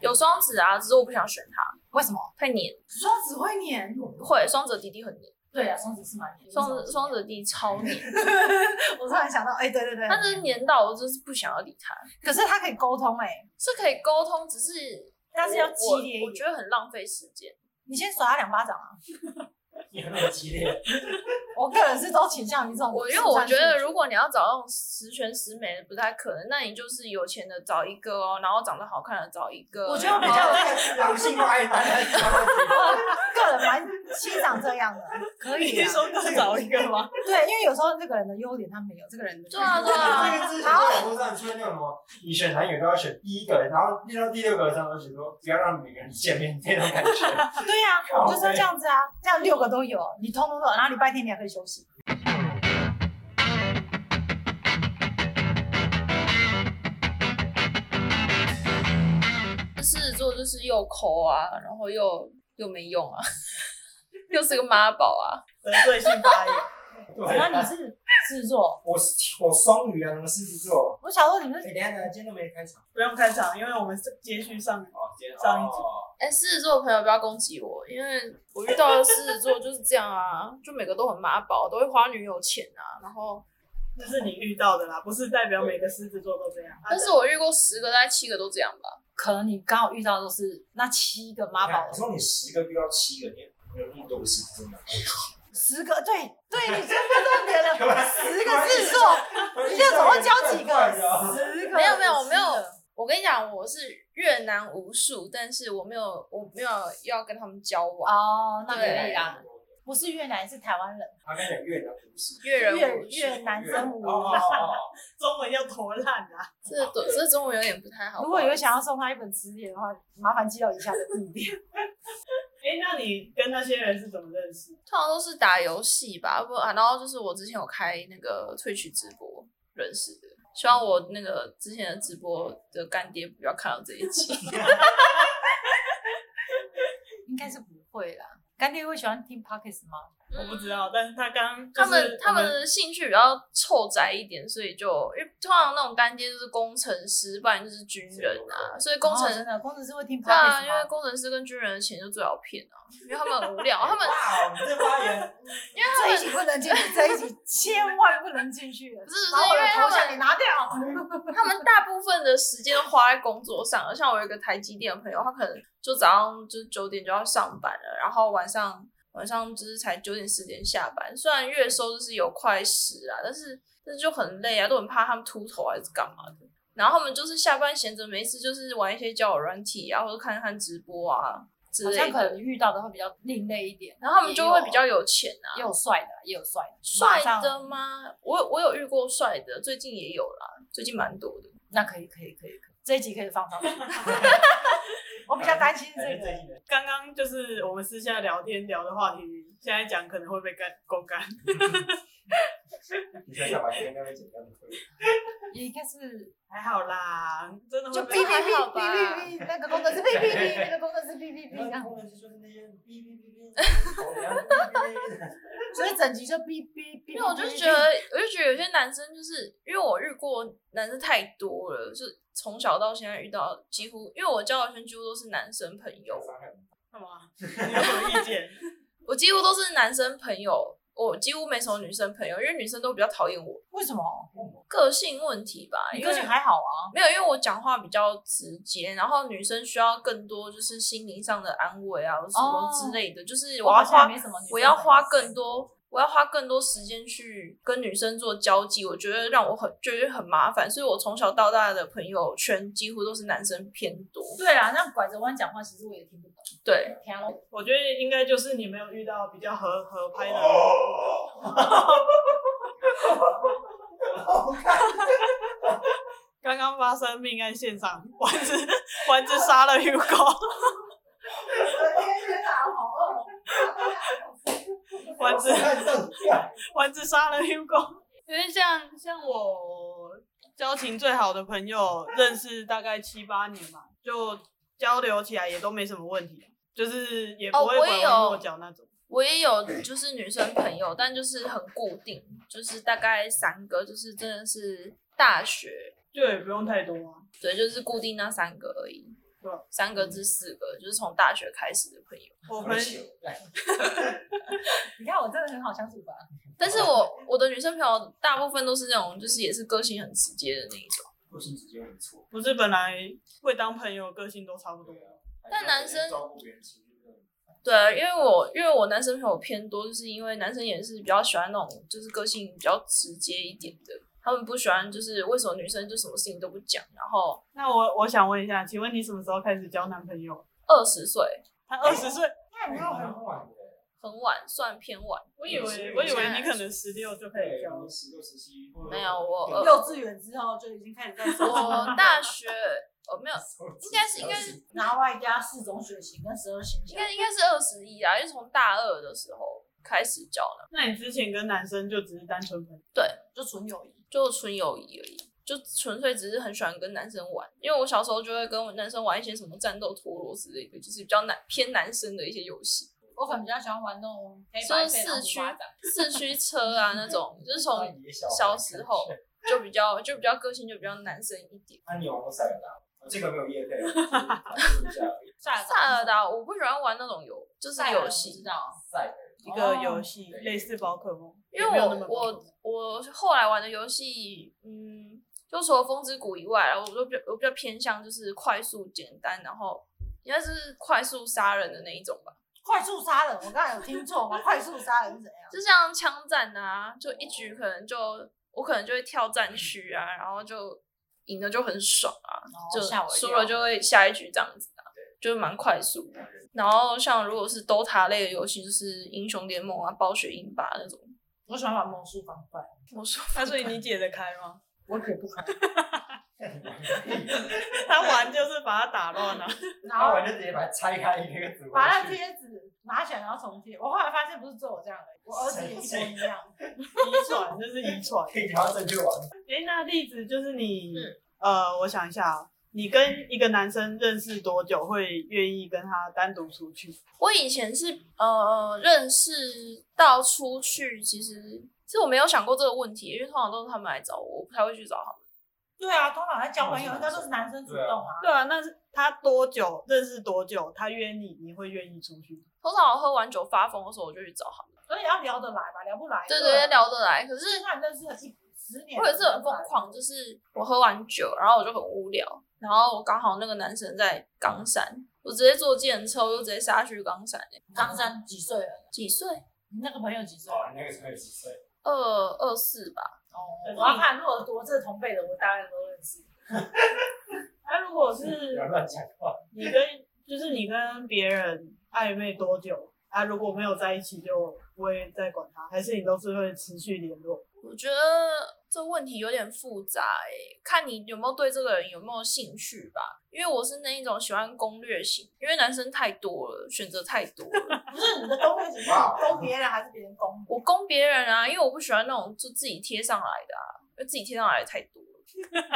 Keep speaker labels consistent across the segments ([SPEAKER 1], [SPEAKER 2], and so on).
[SPEAKER 1] 有双子啊，只是我不想选他，
[SPEAKER 2] 为什么
[SPEAKER 1] 太黏。
[SPEAKER 2] 双子会黏？
[SPEAKER 1] 会，双子的弟弟很黏，
[SPEAKER 2] 对啊，双子是蛮黏。
[SPEAKER 1] 双子双子的弟弟超 黏，
[SPEAKER 2] 我突然想到，哎、对对对，
[SPEAKER 1] 但是黏到我就是不想要理他，
[SPEAKER 2] 可是他可以沟通哎、
[SPEAKER 1] 是可以沟通，只是
[SPEAKER 2] 但是要激
[SPEAKER 1] 我
[SPEAKER 2] 烈一
[SPEAKER 1] 我，我
[SPEAKER 2] 点
[SPEAKER 1] 觉得很浪费时间。
[SPEAKER 2] 你先甩他两巴掌啊！
[SPEAKER 3] 也很有激烈。
[SPEAKER 2] 我个人是都倾向于这种，
[SPEAKER 1] 我因为我觉得，如果你要找那种十全十美的，不太可能。那你就是有钱的找一个哦，然后长得好看的找一个。
[SPEAKER 2] 我觉得我比
[SPEAKER 1] 然后
[SPEAKER 2] 较
[SPEAKER 3] 狼性化一般，
[SPEAKER 2] 个人蛮欣赏这 样的，可以啊。
[SPEAKER 4] 各找一个吗？
[SPEAKER 2] 对，因为有时候这个人的优点他没有，这个人的
[SPEAKER 1] 对啊对
[SPEAKER 3] 这
[SPEAKER 1] 啊，
[SPEAKER 3] 个之前在网络上出现那种什么，你选男友都要选第一个，然后练到第六个的时候，就说不要让每个人见面那种感觉。
[SPEAKER 2] 对呀、
[SPEAKER 3] 靠
[SPEAKER 2] 我就是要
[SPEAKER 3] 背
[SPEAKER 2] 这样子啊，这样六个都有，你通通都有，然后礼拜天你还可以休息。
[SPEAKER 1] 狮子座就是又抠啊，然后又又没用啊， 又是个妈宝啊。
[SPEAKER 4] 对性发育，
[SPEAKER 3] 对
[SPEAKER 2] 然后你
[SPEAKER 3] 啊，
[SPEAKER 2] 是狮子座，
[SPEAKER 3] 我是我双鱼啊，什么狮子座？
[SPEAKER 2] 我小时候你们
[SPEAKER 3] 哎，等一下等一下，今天都没开场。
[SPEAKER 4] 不用开场，因为我们是接续上
[SPEAKER 3] 哦，今天
[SPEAKER 4] 上一集
[SPEAKER 3] 哦
[SPEAKER 1] 哎，狮子座的朋友不要攻击我，因为我遇到的狮子座就是这样啊，就每个都很妈宝，都会花女友钱啊，然后，
[SPEAKER 4] 这是你遇到的啦，不是代表每个狮子座都这样。啊
[SPEAKER 1] 但是我遇过十个，大概七个都这样吧。
[SPEAKER 2] 可能你刚好遇到的都是那七个妈宝
[SPEAKER 3] 我，说你十个遇到七个，你有那么多个狮子座吗？
[SPEAKER 2] 十个对对，你说不重点了， 十个狮子座，你
[SPEAKER 3] 你
[SPEAKER 2] 这总共交几个？十个
[SPEAKER 1] 没有没有我没有
[SPEAKER 2] 狮子
[SPEAKER 1] 我跟你讲，我是越南无数，但是我没有，我没有要跟他们交往。
[SPEAKER 2] 哦，那可
[SPEAKER 1] 对
[SPEAKER 2] 以啦。。不是越南，是台湾人，
[SPEAKER 3] 他跟你讲越南不是。
[SPEAKER 1] 越人
[SPEAKER 2] 越
[SPEAKER 1] 无数，
[SPEAKER 2] 越南生
[SPEAKER 3] 哦
[SPEAKER 2] 无。
[SPEAKER 3] 哦哦哦，
[SPEAKER 4] 中文要多烂啊！
[SPEAKER 1] 这中这中文有点不太好。
[SPEAKER 2] 如果有想要送他一本词典的话，麻烦记到以下的地点。
[SPEAKER 4] 哎，那你跟那些人是怎么认识？
[SPEAKER 1] 通常都是打游戏吧，不啊，然后就是我之前有开那个退取直播认识的，希望我那个之前的直播的干爹不要看到这一集。
[SPEAKER 2] 应该是不会啦。干爹会喜欢听 Pockets 吗？
[SPEAKER 4] 我不知道，但是他刚
[SPEAKER 1] 嗯他们他们的兴趣比较臭宅一点，所以就因为通常那种干爹就是工程师，不然就是军人啊，所以工程
[SPEAKER 2] 哦真的 工程师会听
[SPEAKER 1] 对啊，
[SPEAKER 2] Pockets
[SPEAKER 1] 因为
[SPEAKER 2] 吗？
[SPEAKER 1] 工程师跟军人的钱就最好骗啊，因为他们很无聊，他们
[SPEAKER 3] 哇，你这发言，
[SPEAKER 1] 因为他
[SPEAKER 2] 这一
[SPEAKER 1] 们
[SPEAKER 2] 集不能进去，这一集千万不能进去。
[SPEAKER 1] 不是
[SPEAKER 2] 把我的头像给
[SPEAKER 1] 因为
[SPEAKER 2] 拿掉。
[SPEAKER 1] 他们大部分的时间都花在工作上，像我有一个台积电的朋友，他可能就早上就九点就要上班了，然后晚上晚上就是才九点十点下班，虽然月收就是有快十啊，但是但是就很累啊，都很怕他们秃头还是干嘛的。然后他们就是下班闲着没事，就是玩一些交友软体啊，或者看看直播啊之
[SPEAKER 2] 好
[SPEAKER 1] 类
[SPEAKER 2] 像可
[SPEAKER 1] 的。
[SPEAKER 2] 能遇到的会比较另类一点，
[SPEAKER 1] 然后他们就会比较有钱啊，
[SPEAKER 2] 也有帅的，也有帅的，
[SPEAKER 1] 帅
[SPEAKER 2] 马
[SPEAKER 1] 的
[SPEAKER 2] 上？
[SPEAKER 1] 吗？我我有遇过帅的，最近也有啦，最近蛮多的。
[SPEAKER 2] 那可以，可以，可以，可以，这一集可以放上 去。我比较担心是这个，
[SPEAKER 4] 刚刚就是我们私下聊天聊的话题，现在讲可能会被干公干。
[SPEAKER 3] 你想想把这个那个简单的推。
[SPEAKER 2] 也应该是
[SPEAKER 4] 还好啦，真的
[SPEAKER 2] 就
[SPEAKER 4] 会
[SPEAKER 2] 哔
[SPEAKER 4] 被
[SPEAKER 2] 哔
[SPEAKER 1] 还好
[SPEAKER 2] 哔
[SPEAKER 1] 吧
[SPEAKER 2] 哔哔哔，那个工作是哔哔哔，那个工作是哔哔哔，这样，
[SPEAKER 3] 就是那些哔哔哔哔，
[SPEAKER 2] 所以整集就哔哔
[SPEAKER 1] 因
[SPEAKER 2] 哔。
[SPEAKER 1] 为我就
[SPEAKER 2] 嗯
[SPEAKER 1] 觉得，我就觉得有些男生就是因为我遇过男生太多了，就是从小到现在遇到几乎，因为我交友圈几乎都是男生朋友，
[SPEAKER 4] 干嘛？你有什么意 见？
[SPEAKER 1] 我几乎都是男生朋友，我几乎没什么女生朋友，因为女生都比较讨厌我，
[SPEAKER 2] 为什么？
[SPEAKER 1] 个性问题吧，
[SPEAKER 2] 你
[SPEAKER 1] 因
[SPEAKER 2] 个
[SPEAKER 1] 为
[SPEAKER 2] 性还好啊，
[SPEAKER 1] 没有，因为我讲话比较直接，然后女生需要更多就是心灵上的安慰啊，什么之
[SPEAKER 2] 哦
[SPEAKER 1] 类的，就是我要
[SPEAKER 2] 好像
[SPEAKER 1] 花
[SPEAKER 2] 没什么女生
[SPEAKER 1] 我要花
[SPEAKER 2] 朋友
[SPEAKER 1] 更多，我要花更多时间去跟女生做交际，我觉得让我很觉得很麻烦，所以我从小到大的朋友圈几乎都是男生偏多。
[SPEAKER 2] 对啦，那拐着弯讲话，其实我也听不懂。
[SPEAKER 1] 对，
[SPEAKER 2] 天啊，
[SPEAKER 4] 我觉得应该就是你没有遇到比较合合拍的。
[SPEAKER 3] 哦
[SPEAKER 4] 刚刚发生命案现场，丸子丸子杀了 Hugo，丸子 丸子杀了 Hugo。因为像像我交情最好的朋友，认识大概七八年嘛，就交流起来也都没什么问题，就是也不
[SPEAKER 1] 哦
[SPEAKER 4] 会
[SPEAKER 1] 我
[SPEAKER 4] 拐
[SPEAKER 1] 也
[SPEAKER 4] 弯
[SPEAKER 1] 有
[SPEAKER 4] 抹角那种。
[SPEAKER 1] 我也有就是女生朋友，但就是很固定，就是大概三个，就是真的是大学，
[SPEAKER 4] 就也不用太多啊。
[SPEAKER 1] 对，就是固定那三个而已。
[SPEAKER 4] 对啊
[SPEAKER 1] 三个至四个，就是从大学开始的朋友。
[SPEAKER 4] 我
[SPEAKER 3] 我的
[SPEAKER 4] 们
[SPEAKER 3] 球，来
[SPEAKER 2] 你看我真的很好相处吧？
[SPEAKER 1] 但
[SPEAKER 4] 哦
[SPEAKER 1] 是我我的女生朋友大部分都是那种，就是也是个性很直接的那一种。
[SPEAKER 3] 个性直接很不错。
[SPEAKER 4] 不是本来会当朋友，个性都差不多
[SPEAKER 3] 对。啊，
[SPEAKER 1] 但男生
[SPEAKER 3] 照顾别人情绪真的
[SPEAKER 1] 对，因为我因为我男生朋友偏多，就是因为男生也是比较喜欢那种就是个性比较直接一点的，他们不喜欢就是为什么女生就什么事情都不讲，然后
[SPEAKER 4] 那我我想问一下，请问你什么时候开始交男朋友？
[SPEAKER 1] 二十岁
[SPEAKER 4] 他二十岁，
[SPEAKER 2] 那
[SPEAKER 3] 很很晚的，
[SPEAKER 1] 很晚，算偏晚。
[SPEAKER 4] 我以为我以为你可能十六就开始
[SPEAKER 3] 对，
[SPEAKER 4] 交
[SPEAKER 3] 可能
[SPEAKER 4] 了。
[SPEAKER 3] 十六、十七，或者
[SPEAKER 1] 没有我
[SPEAKER 3] 对
[SPEAKER 1] 呃
[SPEAKER 2] 幼稚园之后就已经开始在说
[SPEAKER 1] 我大学哦没有，应该是应该是
[SPEAKER 2] 拿外加四种血型跟十二星
[SPEAKER 1] 应
[SPEAKER 2] 象，
[SPEAKER 1] 该应该是二十一啊，因为从大二的时候开始交的，
[SPEAKER 4] 那你之前跟男生就只是单纯朋友？
[SPEAKER 2] 就纯友谊。
[SPEAKER 1] 就纯友谊而已，就纯粹只是很喜欢跟男生玩。因为我小时候就会跟男生玩一些什么战斗陀螺之类的，就是比较男偏男生的一些游戏，
[SPEAKER 2] 我可能比较喜欢玩那种黑
[SPEAKER 1] 说
[SPEAKER 2] 白配
[SPEAKER 1] 四驱四驱车啊那种，就是从小
[SPEAKER 3] 小
[SPEAKER 1] 时候就比较就比较个性就比较男生一点。
[SPEAKER 3] 那你玩过塞尔达吗？我这个没有业配，我只是讨论一下而已
[SPEAKER 1] 萨尔达我不喜欢玩那种游就是游
[SPEAKER 2] 知
[SPEAKER 1] 戏，
[SPEAKER 2] 道，
[SPEAKER 3] 塞尔
[SPEAKER 4] 一个游戏
[SPEAKER 3] 哦
[SPEAKER 4] 类似宝可梦，
[SPEAKER 1] 因为
[SPEAKER 4] 也没有那
[SPEAKER 1] 我
[SPEAKER 4] 么
[SPEAKER 1] 我我后来玩的游戏，嗯，就除了《风之谷》以外，我就比较我比较偏向就是快速简单，然后应该是快速杀人的那一种吧，
[SPEAKER 2] 快速杀人，我刚才有听错 吗？快速杀人是怎样？
[SPEAKER 1] 就像枪战啊，就一局可能就我可能就会跳战区啊，然后就赢了就很爽啊，就输了就会下一局这样子啊，就是蛮快速的。然后像如果是 DOTA 类的游戏，就是英雄联盟啊、暴雪英霸那种。
[SPEAKER 2] 我喜欢玩魔术方块，
[SPEAKER 1] 我说
[SPEAKER 4] 那所以你解得开吗？
[SPEAKER 2] 我可不可以？
[SPEAKER 3] 达，
[SPEAKER 4] 他玩就是把它打乱啊 了、
[SPEAKER 2] 然
[SPEAKER 3] 然后
[SPEAKER 2] 后
[SPEAKER 3] 我就直接把它拆开一个一个组
[SPEAKER 2] 把那
[SPEAKER 3] 过去。
[SPEAKER 2] 贴纸拿起来然后重贴，我后来发现不是只有我这样的，我儿子也一模一 样。
[SPEAKER 4] 遗传就是遗传。
[SPEAKER 3] 可以调整就完。
[SPEAKER 4] 哎、那例子就是你，
[SPEAKER 1] 嗯
[SPEAKER 4] 呃，我想一下哦，你跟一个男生认识多久会愿意跟他单独出去？
[SPEAKER 1] 我以前是呃认识到出去，其实其实我没有想过这个问题，因为通常都是他们来找我，我不太会去找他们。
[SPEAKER 2] 对啊，通常在交朋友应该都是男生主动啊。
[SPEAKER 4] 对啊，那是他多久认识多久，他约你，你会愿意出去？
[SPEAKER 1] 通常我喝完酒发疯的时候，我就去找他们。
[SPEAKER 2] 所以要聊得来吧，聊不来。
[SPEAKER 1] 对对对，。聊得来。可是
[SPEAKER 2] 就算认识了一十年，
[SPEAKER 1] 我有一次很疯狂，就是我喝完酒，然后我就很无聊，然后我刚好那个男生在冈山，我直接坐计程车，我就直接杀去冈山、欸。
[SPEAKER 2] 张三几岁了？
[SPEAKER 1] 几岁？
[SPEAKER 2] 你那个朋友几岁？
[SPEAKER 3] 哦，那个时候几岁？
[SPEAKER 1] 二二四吧。
[SPEAKER 2] 哦，我要看，如果我这同辈的，我大概都认识。
[SPEAKER 4] 那、如果
[SPEAKER 3] 不
[SPEAKER 4] 是
[SPEAKER 3] 要乱讲话。
[SPEAKER 4] 你跟，就是你跟别人暧昧多久？啊，如果没有在一起就不会再管他，还是你都是会持续联络？
[SPEAKER 1] 我觉得这问题有点复杂、欸，看你有没有对这个人有没有兴趣吧。因为我是那一种喜欢攻略型，因为男生太多了，选择太多 了。
[SPEAKER 2] 不是你的攻略型是攻别人还是别人攻？
[SPEAKER 1] 我攻别人啊，因为我不喜欢那种就自己贴上来的啊，因为自己贴上来的太多了。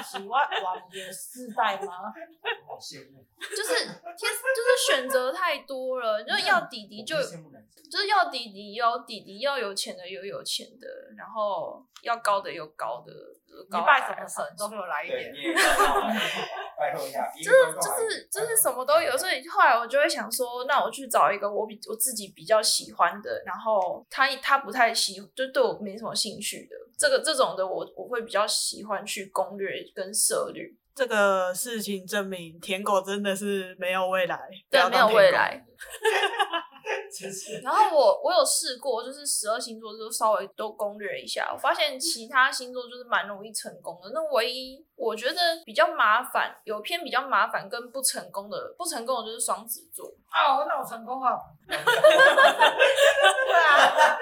[SPEAKER 2] 喜欢玩别世代吗？
[SPEAKER 3] 好 羡慕，
[SPEAKER 1] 就是贴，就是选择太多了，就是要弟弟就
[SPEAKER 3] 我不羡慕男生。
[SPEAKER 1] 就是要弟弟要弟弟要有钱的有有钱的，然后要高的有高的，
[SPEAKER 2] 你
[SPEAKER 1] 高
[SPEAKER 2] 拜
[SPEAKER 1] 矮
[SPEAKER 2] 什么神都给我来一
[SPEAKER 3] 对，
[SPEAKER 2] 点。
[SPEAKER 3] 你也可以拜托一下，就
[SPEAKER 1] 就是就是
[SPEAKER 4] 嗯
[SPEAKER 1] 什么 都有，所以后来我就会想说，那我去找一个我比我自己比较喜欢的，然后他他不太喜，就对我没什么兴趣的，这个这种的我我会比较喜欢去攻略跟涉猎，
[SPEAKER 4] 这个事情证明舔狗真的是没有未来，不
[SPEAKER 1] 对，
[SPEAKER 4] 要
[SPEAKER 1] 没
[SPEAKER 4] 当
[SPEAKER 1] 有未
[SPEAKER 4] 舔狗
[SPEAKER 1] 来。
[SPEAKER 3] 真是
[SPEAKER 1] 然后我我有试过，就是十二星座就稍微都攻略一下，我发现其他星座就是蛮容易成功的。那唯一我觉得比较麻烦，有偏比较麻烦跟不成功的，不成功的就是双子座。
[SPEAKER 2] 哦，那我成功 了。对啊，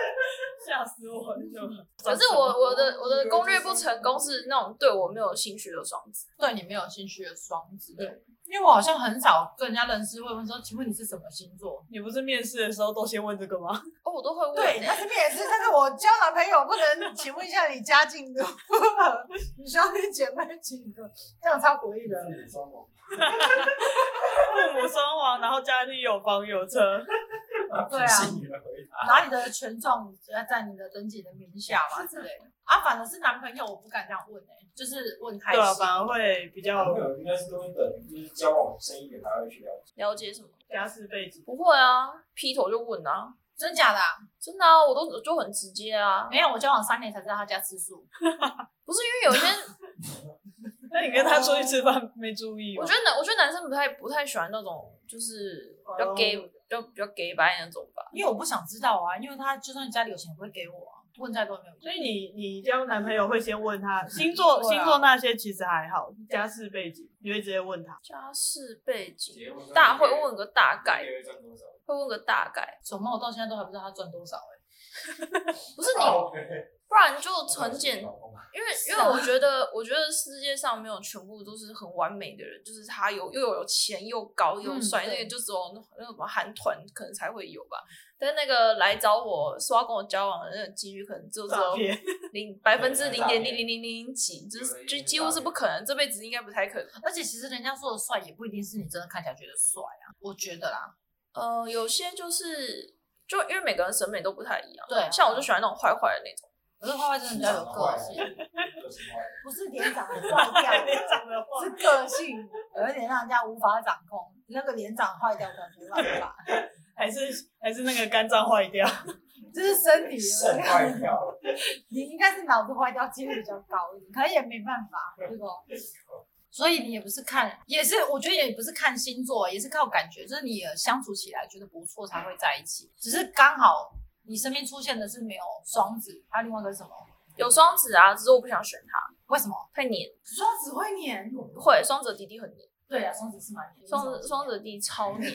[SPEAKER 4] 吓死我了！
[SPEAKER 1] 可是我我
[SPEAKER 4] 哦
[SPEAKER 1] 的我的攻略不成功是那种对我没有兴趣的双子，
[SPEAKER 2] 对你没有兴趣的双子
[SPEAKER 1] 对，
[SPEAKER 2] 因为我好像很少跟人家认识，会问说，请问你是什么星座？
[SPEAKER 4] 你不是面试的时候都先问这个吗？
[SPEAKER 1] 哦，我都会问、
[SPEAKER 2] 对，他
[SPEAKER 1] 欸。
[SPEAKER 2] 是面试，但是我交男朋友不能，请问一下你家境如何？ 你兄弟姐妹几个？这样超诡异 的。
[SPEAKER 3] 你说我
[SPEAKER 4] 父母双亡，然后家里有房有车，
[SPEAKER 1] 啊
[SPEAKER 3] 不信你的回答。
[SPEAKER 2] 然后你的权重要在你的登记的名下嘛之类的。啊，反而是男朋友我不敢这样问哎、就是问开
[SPEAKER 4] 对啊，
[SPEAKER 2] 始。
[SPEAKER 4] 反而会比
[SPEAKER 3] 男
[SPEAKER 4] 较
[SPEAKER 3] 朋友应该是都会等，就是交往深一点才会去聊。
[SPEAKER 1] 了解什么？
[SPEAKER 4] 家世背景。
[SPEAKER 1] 不会啊，劈头就问啊，
[SPEAKER 2] 真假的、啊？
[SPEAKER 1] 真的啊，我都我就很直接啊，
[SPEAKER 2] 没有，我交往三年才知道他家吃素。
[SPEAKER 1] 不是因为有些，
[SPEAKER 4] 那你跟他出去吃饭没注意吗？
[SPEAKER 1] 哦我觉得男我觉得男生不太不太喜欢那种就是比较 gay 比较比较 gay 白那种吧，
[SPEAKER 2] 因为我不想知道啊，因为他就算家里有钱也不会给我啊，问再多也没有用。
[SPEAKER 4] 所以你你交男朋友会先问他星座
[SPEAKER 2] 对啊
[SPEAKER 4] 星座那些其实还好，家世背景你会直接问他。
[SPEAKER 1] 家世背景
[SPEAKER 3] 结婚
[SPEAKER 1] 大会问个大概，
[SPEAKER 3] 月赚多少？
[SPEAKER 1] 会问个大概，
[SPEAKER 2] 什么？我到现在都还不知道他赚多少哎、
[SPEAKER 1] 不是你，
[SPEAKER 3] 哦
[SPEAKER 1] 不然就很简因为因为
[SPEAKER 2] 啊
[SPEAKER 1] 我觉得，我觉得世界上没有全部都是很完美的人，就是他有又有钱又高又
[SPEAKER 2] 嗯
[SPEAKER 1] 帅，那
[SPEAKER 2] 对
[SPEAKER 1] 个就只有那那个什么韩团可能才会有吧。但那个来找我说要跟我交往的那个几率，可能就只
[SPEAKER 4] 诈
[SPEAKER 1] 有
[SPEAKER 4] 骗，
[SPEAKER 1] 零百分之
[SPEAKER 3] 对
[SPEAKER 1] 零
[SPEAKER 3] 诈
[SPEAKER 1] 点
[SPEAKER 3] 骗
[SPEAKER 1] 零零零零几，就是
[SPEAKER 3] 一
[SPEAKER 1] 就
[SPEAKER 3] 定
[SPEAKER 1] 几
[SPEAKER 3] 诈
[SPEAKER 1] 乎是
[SPEAKER 3] 骗
[SPEAKER 1] 不可能，这辈子应该不太可能。
[SPEAKER 2] 而且其实人家说的帅也不一定是你真的看起来觉得帅啊，我觉得啦。
[SPEAKER 1] 呃，有些就是就因为每个人审美都不太一样，
[SPEAKER 2] 对啊
[SPEAKER 1] 像我就喜欢那种坏坏的那种，
[SPEAKER 2] 可是花花真的比较
[SPEAKER 3] 啊
[SPEAKER 2] 有个性，
[SPEAKER 5] 不是脸长得坏掉，
[SPEAKER 4] 你讲的话
[SPEAKER 5] 是个性有一点让人家无法掌控。那个脸长坏掉，感觉没办法，
[SPEAKER 4] 还是还是那个肝脏坏掉，
[SPEAKER 5] 这是身体。
[SPEAKER 3] 肾坏掉，
[SPEAKER 5] 你应该是脑子坏掉几率比较高一点，可是也没办法，这个
[SPEAKER 2] 所以你也不是看，也是我觉得也不是看星座，也是靠感觉，就是你相处起来觉得不错才会在一起。只是刚好你身边出现的是没有双子，还有另外一个是什么？
[SPEAKER 1] 有双子啊，只是我不想选他，
[SPEAKER 2] 为什么？
[SPEAKER 1] 太黏，
[SPEAKER 5] 双子会黏，
[SPEAKER 1] 会双子的弟弟很黏，
[SPEAKER 2] 对啊，双子是蛮
[SPEAKER 1] 双子双子的弟弟超黏。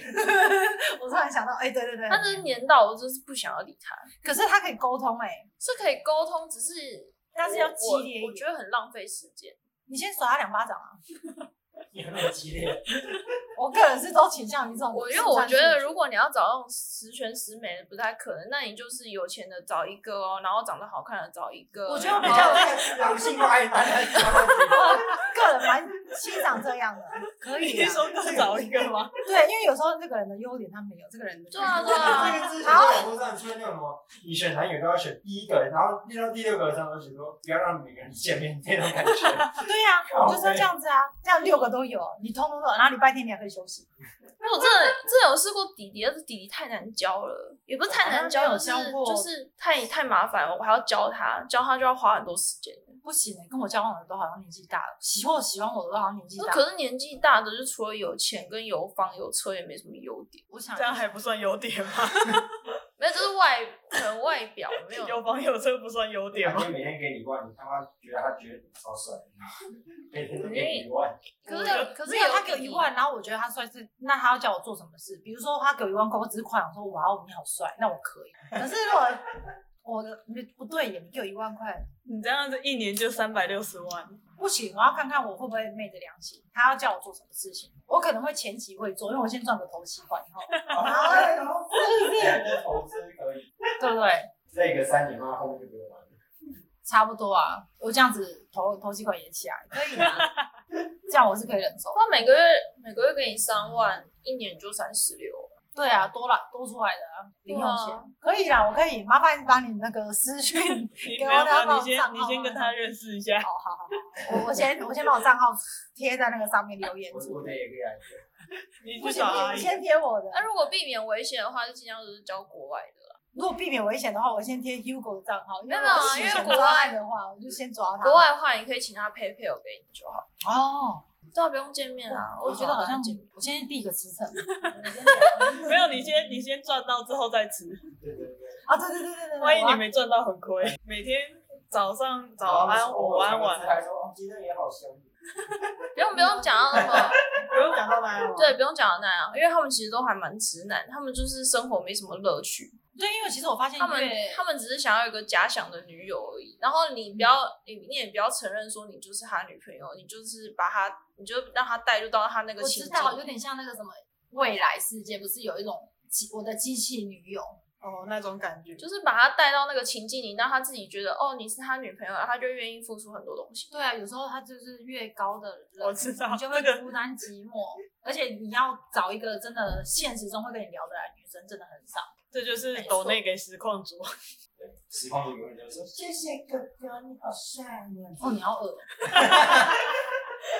[SPEAKER 5] 我突然想到，哎、对对对，
[SPEAKER 1] 他真是黏到我，就是不想要理他，
[SPEAKER 5] 可是他可以沟通、哎，
[SPEAKER 1] 是可以沟通，只是
[SPEAKER 5] 但是要激
[SPEAKER 1] 我
[SPEAKER 5] 烈一
[SPEAKER 1] 我我
[SPEAKER 5] 点
[SPEAKER 1] 觉得很浪费时间。
[SPEAKER 5] 你先甩他两巴掌啊！
[SPEAKER 3] 也很激烈。
[SPEAKER 5] 我个人哦是都倾向于这种，
[SPEAKER 1] 我因为我觉得，如果你要找那种十全十美的，不太可能。那你就是有钱的找一个哦，然后长得好看的找一个。
[SPEAKER 5] 我觉得我比
[SPEAKER 1] 然
[SPEAKER 5] 较
[SPEAKER 1] 后
[SPEAKER 3] 良性爱男
[SPEAKER 5] 个人蛮欣赏这 样的，可
[SPEAKER 4] 你
[SPEAKER 5] 以、
[SPEAKER 4] 是
[SPEAKER 5] 啊。
[SPEAKER 4] 说各找一个吗？
[SPEAKER 5] 对，因为有时候这个人的优点 他没有，这个人的
[SPEAKER 1] 对啊对
[SPEAKER 3] 那
[SPEAKER 1] 啊，
[SPEAKER 3] 个之前在网络上出现那种什么，你选男友都要选第一个，然后练到第六个的时候，就说不要让每个人见面那种感觉。
[SPEAKER 5] 对呀、啊，我就是要这样子啊，这样六个都有，你通通都有，然后礼拜天你还可以休息。
[SPEAKER 1] 因为我真的真的有试过弟弟，但是弟弟太难教了，也不是太
[SPEAKER 5] 啊
[SPEAKER 1] 难教，
[SPEAKER 4] 好
[SPEAKER 1] 就是
[SPEAKER 4] 像没有教过
[SPEAKER 1] 就是太太麻烦了，我还要教他，教他就要花很多时间。
[SPEAKER 2] 不行、欸，跟我交往的都好像年纪大了，喜欢我喜欢我的都好像年纪
[SPEAKER 1] 那
[SPEAKER 2] 大了。
[SPEAKER 1] 可是年纪大的，就除了有钱跟有房有车，也没什么优点。
[SPEAKER 2] 我想
[SPEAKER 4] 这样还不算优点吗？
[SPEAKER 1] 没有，就是外可能外表没有
[SPEAKER 4] 有房有车不算优点
[SPEAKER 3] 感
[SPEAKER 4] 吗
[SPEAKER 3] 觉？每天给你一万，你他妈觉得他觉得你超帅，每天都给你一万，
[SPEAKER 1] 可
[SPEAKER 4] 我
[SPEAKER 1] 是
[SPEAKER 4] 觉得
[SPEAKER 1] 可是
[SPEAKER 2] 没有他
[SPEAKER 1] 弟
[SPEAKER 2] 给我一
[SPEAKER 1] 弟，
[SPEAKER 2] 万，然后我觉得他帅是，那他要叫我做什么事？比如说他给我一万块，我只是夸奖说哇哦你好帅，那我可以。
[SPEAKER 5] 可是 如果我的你不对眼，你给我一万块，
[SPEAKER 4] 你这样子一年就三百六十万，
[SPEAKER 5] 不行，我要看看我会不会昧着良心，他要叫我做什么事情，我可能会前期会做，因为我先赚个头期款以后，
[SPEAKER 3] 然后是投资可以，
[SPEAKER 2] 对不对？
[SPEAKER 3] 这个三年妈后面就不用玩了。
[SPEAKER 2] 差不多啊，我这样子投投几款也起来，可以啊， 这样我是可以忍受。
[SPEAKER 1] 他每个月每个月给你三万，一年就三十六，
[SPEAKER 2] 对啊，多来多出来的啊，零用
[SPEAKER 1] 对
[SPEAKER 2] 钱。
[SPEAKER 1] 啊
[SPEAKER 5] 可以啦，我可以，麻烦把你那个私讯，
[SPEAKER 4] 你
[SPEAKER 5] 给
[SPEAKER 4] 没
[SPEAKER 5] 我
[SPEAKER 4] 有
[SPEAKER 5] 他
[SPEAKER 4] 吧？
[SPEAKER 5] 报
[SPEAKER 4] 你先
[SPEAKER 5] 账
[SPEAKER 4] 你
[SPEAKER 5] 号啊
[SPEAKER 4] 先跟他认识一下
[SPEAKER 5] 哦，，好好好， 我我先我先把我账号贴在那个上面留言
[SPEAKER 3] 我
[SPEAKER 5] 处，
[SPEAKER 3] 我得也可以来一个，
[SPEAKER 4] 你
[SPEAKER 5] 不
[SPEAKER 4] 去
[SPEAKER 5] 行
[SPEAKER 4] 找
[SPEAKER 5] 不行，
[SPEAKER 4] 阿
[SPEAKER 5] 你
[SPEAKER 4] 姨。
[SPEAKER 5] 先贴我的
[SPEAKER 1] 那、，如果避免危险的话，就尽量都是交国外的啦。
[SPEAKER 5] 如果避免危险的话，我先贴 Hugo 的账号，因为
[SPEAKER 1] 没有啊
[SPEAKER 5] 如果是
[SPEAKER 1] 因为
[SPEAKER 5] 想
[SPEAKER 1] 国
[SPEAKER 5] 抓
[SPEAKER 1] 外
[SPEAKER 5] 案的话，我就先抓他，
[SPEAKER 1] 国外的话，你可以请他配配偶给你就好，
[SPEAKER 2] 哦，
[SPEAKER 1] 对啊，不用见面啊。
[SPEAKER 5] 哦
[SPEAKER 2] 我觉得好像
[SPEAKER 1] 见面。
[SPEAKER 2] 我现在第一个辞
[SPEAKER 5] 啊
[SPEAKER 2] 呈，
[SPEAKER 4] 没有，你先你先赚到之后再吃，
[SPEAKER 3] 对对对。
[SPEAKER 5] 啊，对对对对对，
[SPEAKER 4] 万一
[SPEAKER 5] 我
[SPEAKER 4] 你
[SPEAKER 5] 要
[SPEAKER 4] 没赚到很亏。每天早上早安、午安、晚安，
[SPEAKER 3] 还说哦，今天也好香。
[SPEAKER 1] 不用不用讲到 那 么，
[SPEAKER 4] 不用讲到哪里。
[SPEAKER 1] 对，，不用讲到那样，因为他们其实都还蛮直男，他们就是生活没什么乐趣，
[SPEAKER 2] 对，因为其实我发现
[SPEAKER 1] 他们
[SPEAKER 2] 越
[SPEAKER 1] 他们只是想要有个假想的女友而已。然后你不
[SPEAKER 2] 嗯
[SPEAKER 1] 要你你也不要承认说你就是他女朋友，你就是把他你就让他带入到他那个
[SPEAKER 2] 我
[SPEAKER 1] 情
[SPEAKER 2] 知
[SPEAKER 1] 境。
[SPEAKER 2] 道，有点像那个什么未来世界，不是有一种机我的机器女友？
[SPEAKER 4] 哦，那种感觉。
[SPEAKER 1] 就是把他带到那个情境里，让他自己觉得哦，你是他女朋友，他就愿意付出很多东西。
[SPEAKER 2] 对啊，有时候他就是越高的人，
[SPEAKER 4] 我知道
[SPEAKER 2] 你就会
[SPEAKER 4] 这个
[SPEAKER 2] 孤单寂寞，而且你要找一个真的现实中会跟你聊得来的女生真的很少。
[SPEAKER 4] 这就是抖内给实况主，
[SPEAKER 3] 实况组有人就说谢谢哥哥，你好善良。
[SPEAKER 2] 哦，你要饿，
[SPEAKER 1] 嗯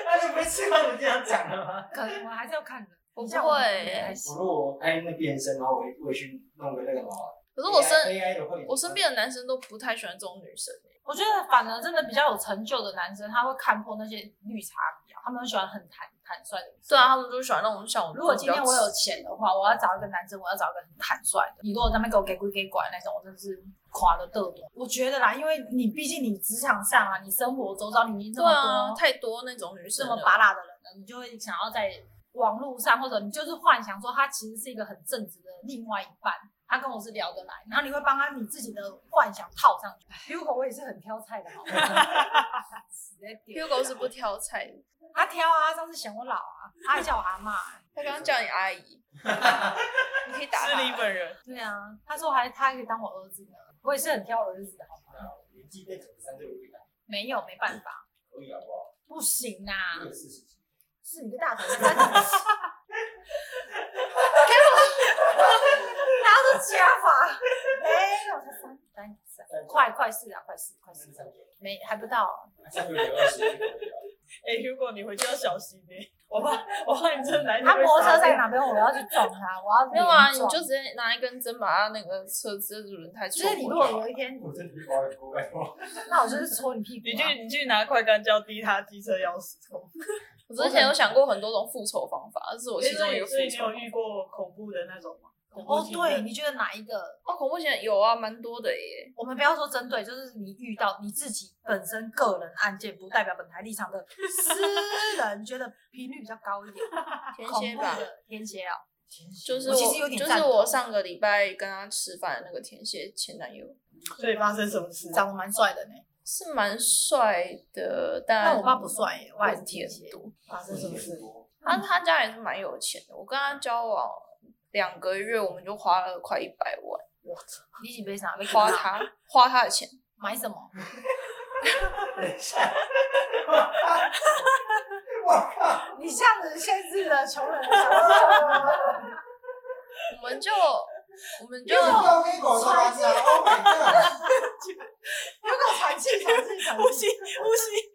[SPEAKER 3] 那就不会实况组这样讲了吗？
[SPEAKER 2] 可能我还是要看的。
[SPEAKER 1] 我不
[SPEAKER 2] 像我
[SPEAKER 1] 会
[SPEAKER 2] 们也
[SPEAKER 1] 欸
[SPEAKER 2] 还
[SPEAKER 3] 我
[SPEAKER 2] 行
[SPEAKER 3] 如果拍那变身，然后我也我也去弄个那个毛。
[SPEAKER 1] 可是我
[SPEAKER 3] AI
[SPEAKER 1] 身
[SPEAKER 3] AI 的会，
[SPEAKER 1] 我身边的男生都不太喜欢这种女生、欸，
[SPEAKER 2] 我觉得反而真的比较有成就的男生，他会看破那些绿茶婊，他们很喜欢很坦坦率的女生。
[SPEAKER 1] 对啊，他们就喜欢那种像我。
[SPEAKER 2] 如果今天我有，钱的话，我要找一个男生，我要找一个很坦率的。你如果在那边给我给鬼给拐那种，我真是垮了嘚嘚。我觉得啦，因为你毕竟你职场上啊，你生活周遭你已经这
[SPEAKER 1] 对
[SPEAKER 2] 么
[SPEAKER 1] 啊，
[SPEAKER 2] 多、
[SPEAKER 1] 太多那种女
[SPEAKER 2] 这
[SPEAKER 1] 生
[SPEAKER 2] 么
[SPEAKER 1] 了
[SPEAKER 2] 拔辣的人了，你就会想要在网络上，或者你就是幻想说他其实是一个很正直的另外一半。他跟我是聊得来，然后你会帮他你自己的幻想套上去。如果我也是很挑菜的，好 吗？直接丢
[SPEAKER 1] Hugo 是不挑菜的，
[SPEAKER 2] 他挑啊，他上次嫌我老啊，他还叫我阿妈、
[SPEAKER 1] 他刚刚叫你阿姨，你可以打
[SPEAKER 4] 是你
[SPEAKER 1] 他。
[SPEAKER 4] 本人，
[SPEAKER 2] 对啊，他说还他还可以当我儿子呢，我也是很挑儿子的，好吗？
[SPEAKER 3] 年纪在九十三岁，我也敢，
[SPEAKER 2] 没有，没办法，
[SPEAKER 3] 可以好不好？
[SPEAKER 2] 不行啊
[SPEAKER 3] 我，有四十几，
[SPEAKER 2] 是你个 大头三十几，然后是加法，没有，才三三三，快快四啊，快四快四
[SPEAKER 3] 三，三九，
[SPEAKER 2] 没还不到、
[SPEAKER 3] 三九九二十，
[SPEAKER 4] 哎、如果你回去要小心哎、我怕我怕你这男人
[SPEAKER 2] 他
[SPEAKER 4] 会
[SPEAKER 2] 摩托车
[SPEAKER 4] 杀
[SPEAKER 2] 在
[SPEAKER 4] 人
[SPEAKER 2] 哪边？我要去撞他，我要
[SPEAKER 1] 没有啊，
[SPEAKER 2] 连
[SPEAKER 1] 你
[SPEAKER 2] 撞
[SPEAKER 1] 就直接拿一根针把他那个车子的轮胎
[SPEAKER 2] 就
[SPEAKER 1] 戳
[SPEAKER 2] 是你如
[SPEAKER 1] 破
[SPEAKER 2] 果
[SPEAKER 1] 就好。
[SPEAKER 2] 有一天，
[SPEAKER 3] 我真的是高高拜托。
[SPEAKER 2] 那我就是戳你屁股、
[SPEAKER 4] 你
[SPEAKER 2] 啊，
[SPEAKER 4] 去你去拿快干胶滴他机车钥匙孔。
[SPEAKER 1] 我之前有想过很多种复仇方法，这是我其中一个复
[SPEAKER 4] 所以你
[SPEAKER 1] 仇
[SPEAKER 4] 有。遇过恐怖的那种吗？恐怖
[SPEAKER 2] 哦，
[SPEAKER 4] 情
[SPEAKER 2] 对，
[SPEAKER 4] 人
[SPEAKER 2] 你觉得哪一个
[SPEAKER 1] 哦，恐怖情人有啊，蛮多的耶。
[SPEAKER 2] 我们不要说针对，就是你遇到你自己本身个人案件，不代表本台立场的 私人，觉得频率比较高一点，
[SPEAKER 1] 天
[SPEAKER 2] 恐
[SPEAKER 1] 蝎
[SPEAKER 2] 怖
[SPEAKER 1] 吧，
[SPEAKER 2] 的天蝎啊，
[SPEAKER 1] 就是
[SPEAKER 2] 我其实有点
[SPEAKER 1] 就是
[SPEAKER 2] 赞同
[SPEAKER 1] 我上个礼拜跟他吃饭的那个天蝎前男友，
[SPEAKER 4] 所以发生什么事？
[SPEAKER 2] 长得蛮帅的呢。
[SPEAKER 1] 嗯是蛮帅的，但
[SPEAKER 2] 但我爸不帅耶，我还是
[SPEAKER 1] 问题
[SPEAKER 2] 天
[SPEAKER 1] 很
[SPEAKER 2] 蝎。
[SPEAKER 1] 多。
[SPEAKER 2] 发生什么事？
[SPEAKER 1] 他他家也是蛮有钱的，我跟他交往两个月，我们就花了快一百万，
[SPEAKER 2] 你几杯啥？被
[SPEAKER 1] 花
[SPEAKER 2] 他
[SPEAKER 1] 他花他的钱，
[SPEAKER 2] 买什么？
[SPEAKER 3] 等一下，我靠！
[SPEAKER 5] 你这样子限制了穷人的想 象。
[SPEAKER 1] 我们就我们就
[SPEAKER 3] 又是高跟狗穿的，Oh my god！
[SPEAKER 5] 有口喘气，喘气，喘
[SPEAKER 4] 呼
[SPEAKER 5] 气。
[SPEAKER 4] 吸呼吸，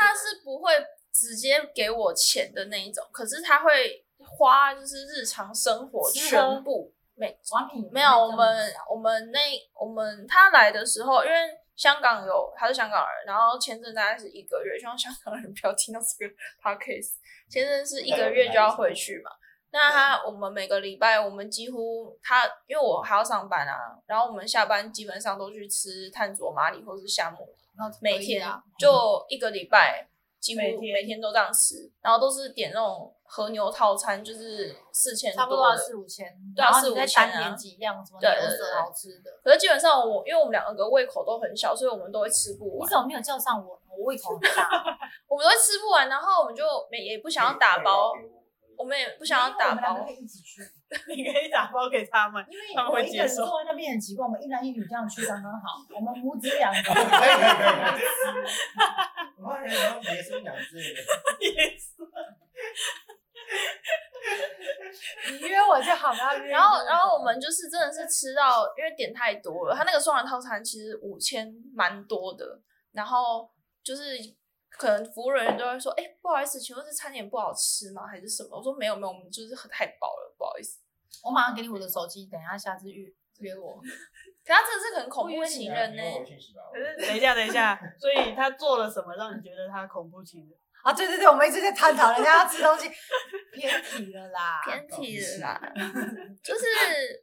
[SPEAKER 1] 他是不会直接给我钱的那一种，可是他会花就是日常生活
[SPEAKER 2] 吃喝
[SPEAKER 1] 全部每
[SPEAKER 2] 王品
[SPEAKER 1] 没有我们我们那我们他来的时候，因为香港有他是香港人，然后签证大概是一个月，希望香港人不要听到这个 podcast，签证是一个月就要回去嘛。那他我们每个礼拜我们几乎他因为我还要上班啊，然后我们下班基本上都去吃碳佐马里或是夏目每天
[SPEAKER 2] 啊，
[SPEAKER 1] 就一个礼拜，几乎
[SPEAKER 4] 每天
[SPEAKER 1] 每天都这样吃，然后都是点那种和牛套餐，就是四千
[SPEAKER 2] 差不多
[SPEAKER 1] 多
[SPEAKER 2] 要
[SPEAKER 1] 的。
[SPEAKER 2] 四五千，
[SPEAKER 1] 对啊
[SPEAKER 2] 然后你再
[SPEAKER 1] 四五千啊
[SPEAKER 2] 单点几样什么牛
[SPEAKER 1] 对对对
[SPEAKER 2] 舌好吃的。
[SPEAKER 1] 可是基本上我因为我们两个胃口都很小，所以我们都会吃不
[SPEAKER 2] 你
[SPEAKER 1] 完，
[SPEAKER 2] 怎么没有叫上我？我胃口很大，
[SPEAKER 1] 我们都会吃不完，然后我们就没也不想要打包，我们也不想要打
[SPEAKER 2] 因为我
[SPEAKER 1] 包
[SPEAKER 2] 们两个可。以一起去。
[SPEAKER 4] 你可以打包给他们。
[SPEAKER 2] 因为
[SPEAKER 4] 他们
[SPEAKER 2] 我
[SPEAKER 4] 会
[SPEAKER 2] 一个人
[SPEAKER 4] 接受
[SPEAKER 2] 坐在那边很奇怪，我们一男一女这样去刚刚好，我们母子两个。
[SPEAKER 3] 可以可以可以。我怕人家别生两只，
[SPEAKER 5] 你约我就好，不要约。
[SPEAKER 1] 然后，然后我们就是真的是吃到，因为点太多了。他那个双人套餐其实五千蛮多的，然后就是可能服务人员都会说：“哎、不好意思，请问是餐点不好吃吗？还是什么？”我说：“没有没有，我们就是喝太饱了，不好意思。
[SPEAKER 2] 我马上给你我的手机，等一下下次约约我。”
[SPEAKER 1] 可他真的是很恐怖
[SPEAKER 3] 情
[SPEAKER 1] 情
[SPEAKER 2] 啊
[SPEAKER 1] 人呢、
[SPEAKER 4] 可是等一下，等一 下，所以他做了什么让你觉得他恐怖情人？
[SPEAKER 5] 啊，对对对，我们一直在探讨人家要吃东西，
[SPEAKER 2] 偏题了啦，
[SPEAKER 1] 偏题了啦
[SPEAKER 3] 搞。
[SPEAKER 1] 啊就是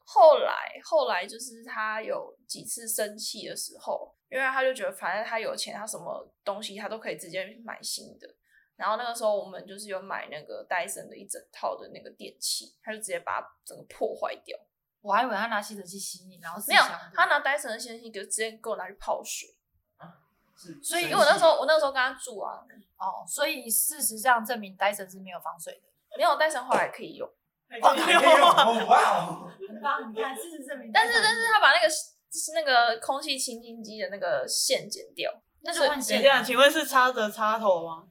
[SPEAKER 1] 后来，后来就是他有几次生气的时候，因为他就觉得反正他有钱，他什么东西他都可以直接买新的。然后那个时候我们就是有买那个戴森的一整套的那个电器，他就直接把它整个破坏掉。
[SPEAKER 2] 我还以为他拿吸尘器吸你，然后
[SPEAKER 1] 没有
[SPEAKER 2] 自相，
[SPEAKER 1] 他拿戴森的先器给直接给我拿去泡水，
[SPEAKER 3] 所
[SPEAKER 1] 因为我那时候我那时候跟他住啊，
[SPEAKER 2] 哦，所以事实上证明戴森是没有防水的。
[SPEAKER 1] 没有戴森后来可以用，
[SPEAKER 4] 哦
[SPEAKER 3] 没有，哇哦！
[SPEAKER 2] 很棒，你看，事实证明
[SPEAKER 1] 但是但是他把那个就是那个空气清净机的那个线剪掉。
[SPEAKER 2] 那就换
[SPEAKER 4] 等
[SPEAKER 2] 线
[SPEAKER 4] 一下，请问是插着插头吗？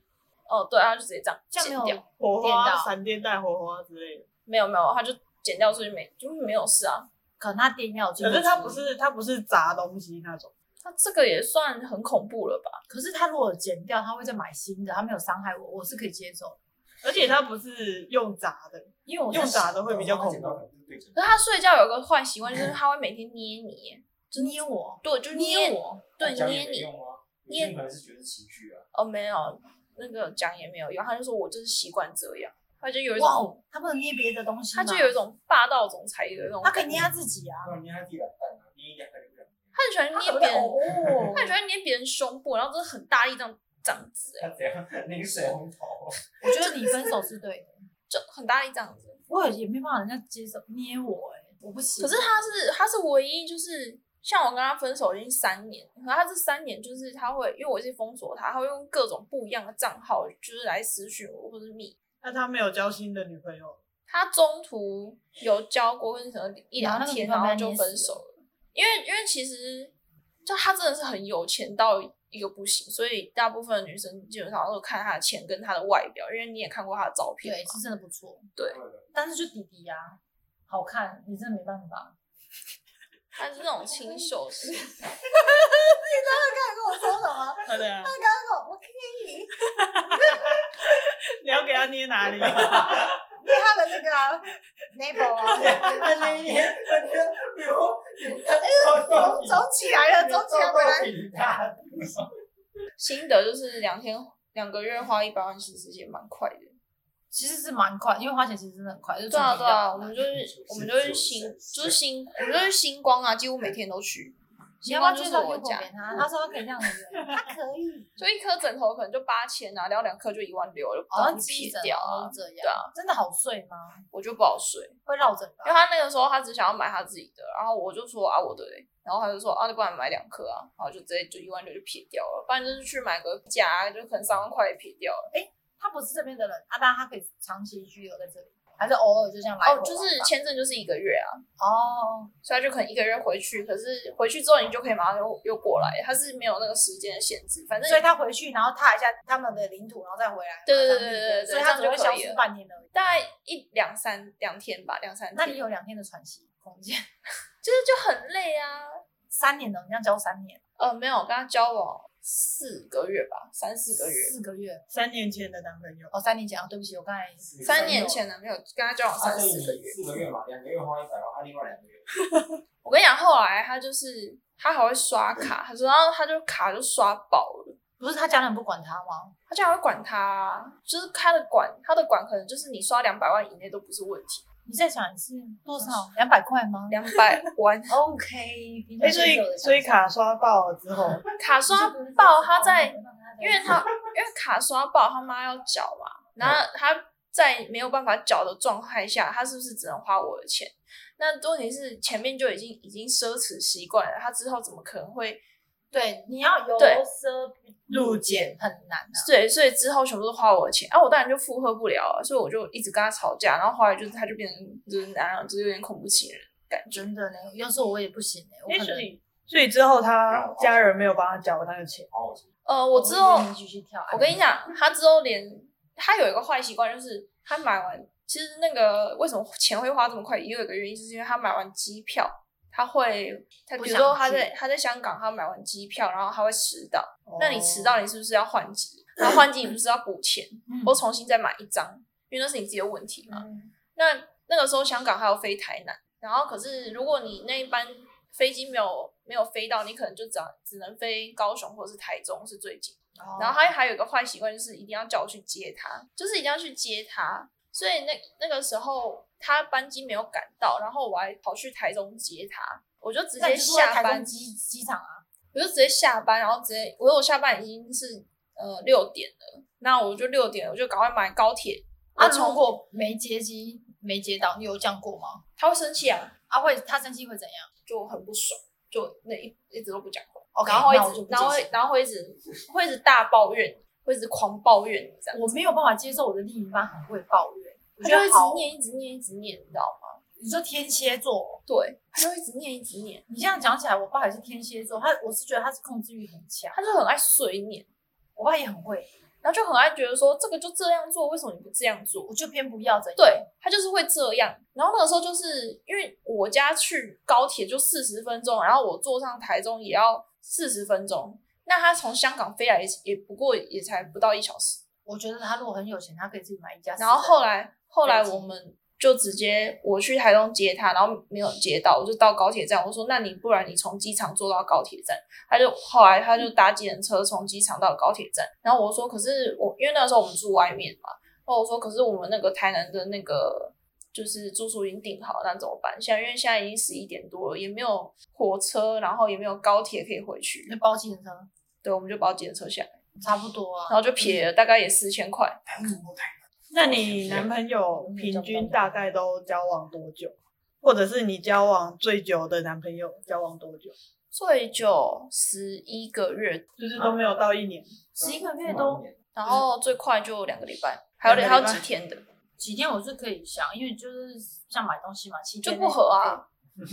[SPEAKER 1] 哦，对，他就直接这样
[SPEAKER 2] 这
[SPEAKER 1] 剪
[SPEAKER 2] 样没有
[SPEAKER 1] 掉。
[SPEAKER 4] 火
[SPEAKER 2] 电
[SPEAKER 4] 花、
[SPEAKER 2] 到
[SPEAKER 4] 闪电带火花之类的。
[SPEAKER 1] 没有没有，他就剪掉，所以没就没有事啊。
[SPEAKER 2] 可能他店要有进
[SPEAKER 4] 可
[SPEAKER 2] 过
[SPEAKER 4] 是他
[SPEAKER 2] 厨
[SPEAKER 4] 不，是他不是砸东西那种，
[SPEAKER 1] 他这个也算很恐怖了吧？
[SPEAKER 2] 可是他如果剪掉，他会再买新的，他没有伤害我，我是可以接受的，
[SPEAKER 4] 而且他不是用砸的，
[SPEAKER 2] 因为我
[SPEAKER 4] 用
[SPEAKER 2] 啥
[SPEAKER 4] 砸的会比较恐怖。
[SPEAKER 3] 可能对着
[SPEAKER 1] 可是他睡觉有个坏习惯，就是他会每天捏你，
[SPEAKER 2] 捏我，
[SPEAKER 1] 对，就
[SPEAKER 2] 捏
[SPEAKER 1] 你，
[SPEAKER 2] 我，
[SPEAKER 1] 对，
[SPEAKER 3] 讲
[SPEAKER 1] 捏
[SPEAKER 3] 也没
[SPEAKER 1] 你。
[SPEAKER 3] 用啊。有
[SPEAKER 1] 捏
[SPEAKER 3] 些人可能是觉得情绪啊，
[SPEAKER 1] 哦，没有，那个讲也没有用，他就说我就是习惯这样，他就有一
[SPEAKER 2] 哇
[SPEAKER 1] 种，
[SPEAKER 2] 哦，他不能捏别的东西吗，
[SPEAKER 1] 他就有一种霸道总裁的那种
[SPEAKER 2] 他
[SPEAKER 1] 感觉，
[SPEAKER 2] 可以捏他自己啊，
[SPEAKER 3] 那捏他地板蛋啊，捏一两个就不
[SPEAKER 1] 他很喜欢
[SPEAKER 2] 他可
[SPEAKER 1] 捏
[SPEAKER 2] 不
[SPEAKER 1] 别
[SPEAKER 2] 可以
[SPEAKER 1] 人，
[SPEAKER 2] 哦
[SPEAKER 1] 他很喜欢捏别人胸部，然后真的很大力这样这样子、哎，
[SPEAKER 3] 他怎样 淋水红啊头？
[SPEAKER 2] 我觉得你分手是对的，
[SPEAKER 1] 就很大力这样子。
[SPEAKER 2] 我也没办法，人家接受捏我、哎，我不行。
[SPEAKER 1] 可是他是他是唯一就是像我跟他分手已经三年，可他这三年就是他会因为我是封锁他，他会用各种不一样的账号就是来私讯我或者密。
[SPEAKER 4] 那他没有交新的女朋友，
[SPEAKER 1] 他中途有交过跟什么一
[SPEAKER 2] 然后
[SPEAKER 1] 两
[SPEAKER 2] 那个
[SPEAKER 1] 天，
[SPEAKER 2] 女朋
[SPEAKER 1] 然
[SPEAKER 2] 友
[SPEAKER 1] 后就
[SPEAKER 2] 被捏
[SPEAKER 1] 分
[SPEAKER 2] 死
[SPEAKER 1] 手了。因为因为其实就他真的是很有钱到一个不行，所以大部分的女生基本上都看他的钱跟他的外表，因为你也看过他的照片
[SPEAKER 2] 对
[SPEAKER 1] 嘛。
[SPEAKER 2] 是真的不错，
[SPEAKER 1] 对，
[SPEAKER 2] 但是就弟弟呀、好看，你真的没办法。
[SPEAKER 1] 他是那种清秀型，
[SPEAKER 5] 跟我说什么？
[SPEAKER 4] 啊对啊，
[SPEAKER 5] 他说我可以
[SPEAKER 4] 你要给他捏哪里？
[SPEAKER 5] 捏他的那个啊 navel 啊，
[SPEAKER 3] 他捏一捏，他觉得哎呦，哎
[SPEAKER 5] 走走起来了，走起来，本来
[SPEAKER 3] 他
[SPEAKER 1] 心得就是两天两个月花一百万，其实也蛮快的。
[SPEAKER 2] 其实是蛮快，因为花钱其实真的很快，就
[SPEAKER 1] 对啊对啊，我们
[SPEAKER 2] 就
[SPEAKER 1] 就是我们就是星就是星我们就是星光啊，几乎每天都去。
[SPEAKER 2] 你
[SPEAKER 1] 星
[SPEAKER 2] 要不要
[SPEAKER 1] 光就
[SPEAKER 2] 介
[SPEAKER 1] 是
[SPEAKER 2] 绍
[SPEAKER 1] 我
[SPEAKER 2] 苹果
[SPEAKER 1] 家，
[SPEAKER 2] 给 他？他说他可以这样子，
[SPEAKER 5] 他可以，
[SPEAKER 1] 就一颗枕头可能就八千啊，然后两颗就一万六，就
[SPEAKER 2] 好
[SPEAKER 1] 帮
[SPEAKER 2] 像
[SPEAKER 1] 你
[SPEAKER 2] 记
[SPEAKER 1] 撇
[SPEAKER 2] 着
[SPEAKER 1] 掉啊。
[SPEAKER 2] 这样，
[SPEAKER 1] 对啊，
[SPEAKER 2] 真的好睡吗？
[SPEAKER 1] 我就不好睡，
[SPEAKER 2] 会落枕吧
[SPEAKER 1] 因为？他那个时候他只想要买他自己的，然后我就说啊我的嘞，然后他就说啊你不然买两颗啊，然后就直接就一万六就撇掉了，不然就是去买个夹，就可能三万块也撇掉了。
[SPEAKER 2] 他不是这边的人，啊，但他可以长期居留在这里，还是偶尔就这样来回
[SPEAKER 1] 哦，
[SPEAKER 2] 玩吧？
[SPEAKER 1] 就是签证就是一个月啊，
[SPEAKER 2] 哦，
[SPEAKER 1] 所以他就可能一个月回去，可是回去之后你就可以马上又又过来，他是没有那个时间的限制，反正
[SPEAKER 2] 所以他回去然后踏一下他们的领土，然后再回来。
[SPEAKER 1] 对对
[SPEAKER 2] 然后
[SPEAKER 1] 对
[SPEAKER 2] 这样
[SPEAKER 1] 对对
[SPEAKER 2] 子所以
[SPEAKER 1] 对
[SPEAKER 2] 他
[SPEAKER 1] 这
[SPEAKER 2] 只
[SPEAKER 1] 样
[SPEAKER 2] 会
[SPEAKER 1] 就
[SPEAKER 2] 消
[SPEAKER 1] 可以
[SPEAKER 2] 失
[SPEAKER 1] 了
[SPEAKER 2] 半年而已。
[SPEAKER 1] 大概一两三两天吧，两三天。
[SPEAKER 2] 那你有两天的喘息空间，
[SPEAKER 1] 就是就很累啊。
[SPEAKER 2] 三年的，你这样交三年，
[SPEAKER 1] 呃，没有，跟他交往四个月吧，三四个月，
[SPEAKER 2] 四个月，
[SPEAKER 4] 三年前的男朋友，
[SPEAKER 2] 哦，三年前啊，对不起，我刚才
[SPEAKER 1] 三年前男朋友跟他交往三四个月。
[SPEAKER 3] 四个月嘛，两个月花一百万，他啊另外两个月，
[SPEAKER 1] 我跟你讲，后来他就是他还会刷卡，他说然后他就卡就刷爆了。
[SPEAKER 2] 不是他家人不管他吗？
[SPEAKER 1] 他竟然会管他、啊就是他的管，他的管可能就是你刷两百万以内都不是问题，
[SPEAKER 2] 你再想一次，多少？两百块吗
[SPEAKER 1] 两百 万
[SPEAKER 2] ？OK，比
[SPEAKER 4] 哎，
[SPEAKER 2] 较
[SPEAKER 4] 所
[SPEAKER 2] 接受
[SPEAKER 4] 以
[SPEAKER 2] 的
[SPEAKER 4] 所以
[SPEAKER 2] 想法
[SPEAKER 4] 卡刷爆 了之后，
[SPEAKER 1] 卡刷
[SPEAKER 2] 你就不是
[SPEAKER 1] 爆，
[SPEAKER 2] 说
[SPEAKER 1] 他在
[SPEAKER 2] 哦没办法
[SPEAKER 1] 因为他因为卡刷爆，他妈要缴嘛，然后他在没有办法缴的状态下，他是不是只能花我的钱？那问题是前面就已经已经奢侈习惯了，他之后怎么可能会
[SPEAKER 2] 对你要由
[SPEAKER 1] 对
[SPEAKER 2] 奢
[SPEAKER 4] 入俭
[SPEAKER 2] 很难啊。
[SPEAKER 1] 对？所以之后全部都花我的钱，啊，我当然就负荷不了啊，所以我就一直跟他吵架，然后后来就是他就变成就是男人，就是有点恐怖情人的感觉。
[SPEAKER 2] 真的呢，要是我也不行哎，我
[SPEAKER 4] 哎，
[SPEAKER 2] 可
[SPEAKER 4] 所
[SPEAKER 2] 能
[SPEAKER 4] 以所以之后他家人没有帮他缴他的钱，
[SPEAKER 3] 好恶心。
[SPEAKER 1] 呃，我之后
[SPEAKER 2] 继续跳。
[SPEAKER 1] 我跟你，讲，他之后连他有一个坏习惯，就是他买完，其实那个为什么钱会花这么快，也有一个原因，就是因为他买完机票，他会，他
[SPEAKER 2] 不
[SPEAKER 1] 比如说
[SPEAKER 2] 想
[SPEAKER 1] 他
[SPEAKER 2] 去
[SPEAKER 1] 在他在香港，他买完机票，然后他会迟到，那你迟
[SPEAKER 4] 哦
[SPEAKER 1] 到，你是不是要换机？然后换机你不是要补钱，
[SPEAKER 2] 嗯
[SPEAKER 1] 或重新再买一张，因为那是你自己的问题嘛。
[SPEAKER 2] 嗯
[SPEAKER 1] 那那个时候香港还有飞台南，然后可是如果你那一班飞机没有没有飞到，你可能就只要只能飞高雄或者是台中是最近。然后他还有一个坏习惯，就是一定要叫我去接他，就是一定要去接他。所以那那个时候他班机没有赶到，然后我还跑去台中接他，我就直
[SPEAKER 2] 那
[SPEAKER 1] 接
[SPEAKER 2] 你就住在
[SPEAKER 1] 下
[SPEAKER 2] 台
[SPEAKER 1] 班
[SPEAKER 2] 中，机机场啊，
[SPEAKER 1] 我就直接下班，然后直接我我下班已经是呃六点了，那我就六点我就赶快买高铁。哦
[SPEAKER 2] 啊，
[SPEAKER 1] 我
[SPEAKER 2] 如
[SPEAKER 1] 从
[SPEAKER 2] 果没接机没接到，你有这样过吗？
[SPEAKER 1] 他会生气啊，
[SPEAKER 2] 啊，会他生气会怎样
[SPEAKER 1] 就很不爽，就那一一直都不讲话，
[SPEAKER 2] ？OK，
[SPEAKER 1] 然后会
[SPEAKER 2] 那
[SPEAKER 1] 一
[SPEAKER 2] 我就
[SPEAKER 1] 直
[SPEAKER 2] 不
[SPEAKER 1] 然后
[SPEAKER 2] 接
[SPEAKER 1] 会
[SPEAKER 2] 受
[SPEAKER 1] 然后会一直会一直大抱怨，会一直狂抱怨你这样，
[SPEAKER 2] 我没有办法接受我的另一半很会抱怨，我
[SPEAKER 1] 他
[SPEAKER 2] 觉
[SPEAKER 1] 就会一
[SPEAKER 2] 得
[SPEAKER 1] 直
[SPEAKER 2] 好。
[SPEAKER 1] 念一直念一直念，你知道吗？
[SPEAKER 2] 你说天蝎座，
[SPEAKER 1] 对，他就一直念一直念，
[SPEAKER 2] 你这样讲起来，我爸也是天蝎座，他我是觉得他是控制欲很强，
[SPEAKER 1] 他就很爱碎念。
[SPEAKER 2] 我爸也很会，
[SPEAKER 1] 然后就很爱觉得说这个就这样做，为什么你不这样做？
[SPEAKER 2] 我就偏不要这样。
[SPEAKER 1] 对，他就是会这样。然后那个时候就是因为我家去高铁就四十分钟，然后我坐上台中也要四十分钟，那他从香港飞来也也不过也才不到一小时。
[SPEAKER 2] 我觉得他如果很有钱，他可以自己买一家。
[SPEAKER 1] 然后后，来后来我们就直接我去台中接他，然后没有接到，我就到高铁站，我说那你不然你从机场坐到高铁站，他就后来他就搭计程车从机场到高铁站，然后我说可是我因为那个时候我们住外面嘛，然后我说可是我们那个台南的那个。就是住宿已经订好，那怎么办？现在因为现在已经十一点多了，也没有火车，然后也没有高铁可以回去
[SPEAKER 2] 那。包计程车
[SPEAKER 1] 对，我们就包计程车下来，
[SPEAKER 2] 差不多啊。
[SPEAKER 1] 然后就撇了大概也四千块。
[SPEAKER 4] 那你男朋友平均大概都交往多久？或者是你交往最久的男朋友交往多久？
[SPEAKER 1] 最久十一个月，
[SPEAKER 4] 就是都没有到一年，
[SPEAKER 2] 十一个月都
[SPEAKER 1] 然后最快就两个礼拜，还有
[SPEAKER 4] 两
[SPEAKER 1] 还
[SPEAKER 4] 个
[SPEAKER 1] 有
[SPEAKER 4] 礼拜
[SPEAKER 1] 几天的，
[SPEAKER 2] 几天我是可以想，因为就是像买东西嘛，七
[SPEAKER 1] 就
[SPEAKER 2] 天
[SPEAKER 1] 不合啊。
[SPEAKER 2] 内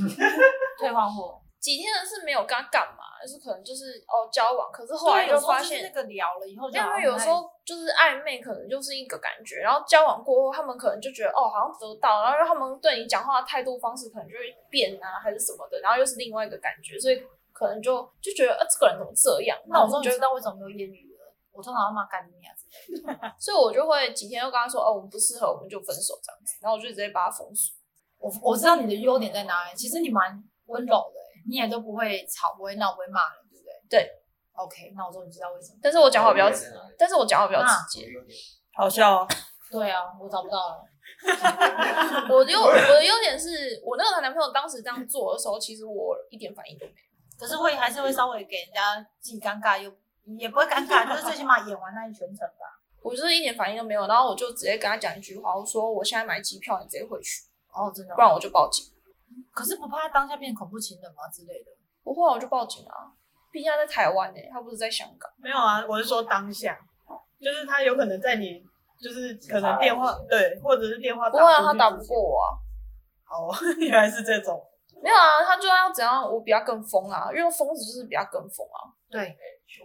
[SPEAKER 2] 退换货。
[SPEAKER 1] 几天的是没有跟他干嘛，就是可能就是哦交往，可是 后来
[SPEAKER 2] 对有
[SPEAKER 1] 就
[SPEAKER 2] 时候
[SPEAKER 1] 发
[SPEAKER 2] 就是
[SPEAKER 1] 现
[SPEAKER 2] 那，个聊了以后就
[SPEAKER 1] 因
[SPEAKER 2] 好像哎
[SPEAKER 1] 为
[SPEAKER 2] 不
[SPEAKER 1] 有
[SPEAKER 2] 太，
[SPEAKER 1] 时候就是暧昧，可能就是一个感觉，然后交往过后，他们可能就觉得哦好像得到，然后让他们对你讲话的态度方式可能就会变啊，还是什么的，然后又是另外一个感觉，所以可能就就觉得呃这个人怎么这样？
[SPEAKER 2] 那我说
[SPEAKER 1] 就
[SPEAKER 2] 你知道为什么没有艳遇了？我通常要骂干你啊之类的。
[SPEAKER 1] 所以我就会几天就跟他说哦我们不适合，我们就分手这样子，然后我就直接把他封锁。
[SPEAKER 2] 我我知道你的优点在哪里，其实你蛮温柔的、欸你也都不会吵，不会闹，不会骂人，对不对？
[SPEAKER 1] 对。
[SPEAKER 2] OK，那我终于知道为什么。
[SPEAKER 1] 但是我讲话比
[SPEAKER 2] 哦
[SPEAKER 1] 较直，但是我讲话
[SPEAKER 2] 嗯
[SPEAKER 1] 比较直接。
[SPEAKER 4] 好笑、哦。
[SPEAKER 2] 对啊，我找不到了。
[SPEAKER 1] 我的优我的优点是我那个男朋友当时这样做的时候，其实我一点反应都没有。
[SPEAKER 2] 可是会还是会稍微给人家既尴尬又也不会尴尬，就是最起码演完那一全程吧。
[SPEAKER 1] 我就是一点反应都没有，然后我就直接跟他讲一句话，我说我现在买机票，你直接回去，
[SPEAKER 2] 哦，真的
[SPEAKER 1] 不然我就报警。
[SPEAKER 2] 可是不怕当下变恐怖情人吗之类的？
[SPEAKER 1] 不会啊，我就报警啊，毕竟他在台湾呢、他不是在香港。
[SPEAKER 4] 没有啊，我是说当下，就是他有可能在你，就是可能电话对，或者是电话
[SPEAKER 1] 不
[SPEAKER 4] 打
[SPEAKER 1] 会啊，他
[SPEAKER 4] 出去
[SPEAKER 1] 打
[SPEAKER 4] 之
[SPEAKER 1] 不
[SPEAKER 4] 前
[SPEAKER 1] 过。我啊。
[SPEAKER 4] 哦， 原来是这种。
[SPEAKER 1] 没有啊，他就要怎样，我比他更疯啊，因为疯子就是比他更疯啊。
[SPEAKER 2] 对，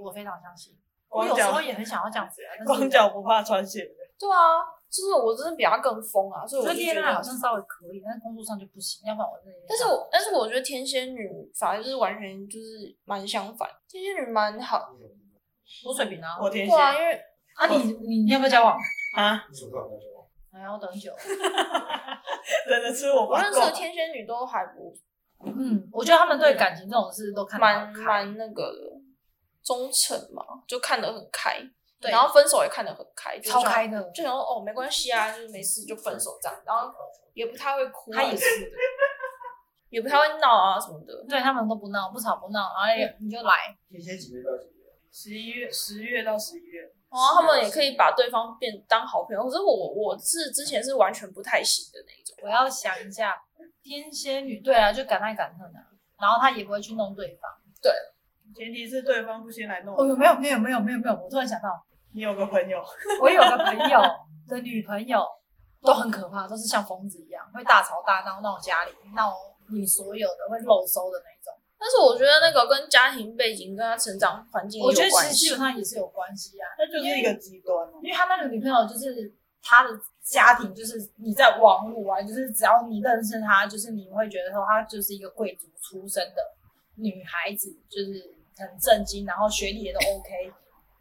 [SPEAKER 2] 我非常相信。我
[SPEAKER 4] 光
[SPEAKER 2] 有时候
[SPEAKER 4] 脚
[SPEAKER 2] 也很想要这样子啊，但是
[SPEAKER 4] 光脚不怕穿鞋的，
[SPEAKER 1] 对啊，就是我真的比他更疯啊，所以我
[SPEAKER 2] 这
[SPEAKER 1] 就觉
[SPEAKER 2] 恋爱好
[SPEAKER 1] 得。
[SPEAKER 2] 像稍微可以，但是工作上就不行，要不然我真的。
[SPEAKER 1] 但是我但是我觉得天蝎女反而就是完全就是蛮相反，天蝎女蛮好，
[SPEAKER 2] 我水平啊，
[SPEAKER 4] 我天
[SPEAKER 1] 对
[SPEAKER 4] 蝎
[SPEAKER 1] 啊，因为
[SPEAKER 2] 啊你你要不要交往？
[SPEAKER 4] 啊，
[SPEAKER 2] 哎呀，我等很久。
[SPEAKER 4] 真的是我
[SPEAKER 1] 我
[SPEAKER 4] 怕
[SPEAKER 1] 认识的
[SPEAKER 4] 够。
[SPEAKER 1] 天蝎女都还不
[SPEAKER 2] 嗯，我觉得他们对感情这种事都看得
[SPEAKER 1] 蛮
[SPEAKER 2] 很开
[SPEAKER 1] 蛮那个的忠诚嘛，就看得很开，
[SPEAKER 2] 对
[SPEAKER 1] 然后分手也看得很开，就
[SPEAKER 2] 超
[SPEAKER 1] 想
[SPEAKER 2] 开，的，
[SPEAKER 1] 就想说哦没关系啊，就是没事就分手这样，然后也不太会哭啊、
[SPEAKER 2] 他也是的，
[SPEAKER 1] 也不太会闹啊什么的，
[SPEAKER 2] 对他们都不闹，不吵不闹，然后也你就来，
[SPEAKER 3] 天蝎几月到几月？
[SPEAKER 4] 十一月十月到十一月，
[SPEAKER 2] 啊
[SPEAKER 1] 然后他们也可以把对方变当好朋友，可是我我是之前是完全不太行的那一种，
[SPEAKER 2] 我要想一下，天蝎女对啊，就敢爱敢恨啊，然后他也不会去弄对方。
[SPEAKER 4] 前提是对方不先来弄。
[SPEAKER 2] 哦，有没有没有没有没有没有，我突然想 到，
[SPEAKER 4] 你有个朋友，
[SPEAKER 2] 我有个朋友的女朋友都很可怕，都是像疯子一样，会大吵大闹，闹家里，闹你所有的，会漏收的那一种。
[SPEAKER 1] 但是我觉得那个跟家庭背景跟他成长环境也
[SPEAKER 2] 我觉得
[SPEAKER 1] 有
[SPEAKER 2] 其
[SPEAKER 1] 关
[SPEAKER 2] 实基
[SPEAKER 1] 系
[SPEAKER 2] 本，上也是有关系啊，
[SPEAKER 4] 那就是一个极端哦。
[SPEAKER 2] 因为他那个女朋友就是他的家庭，就是你在网络啊，就是只要你认识她，就是你会觉得说她就是一个贵族出身的女孩子，就是很正经，然后学历也都 OK，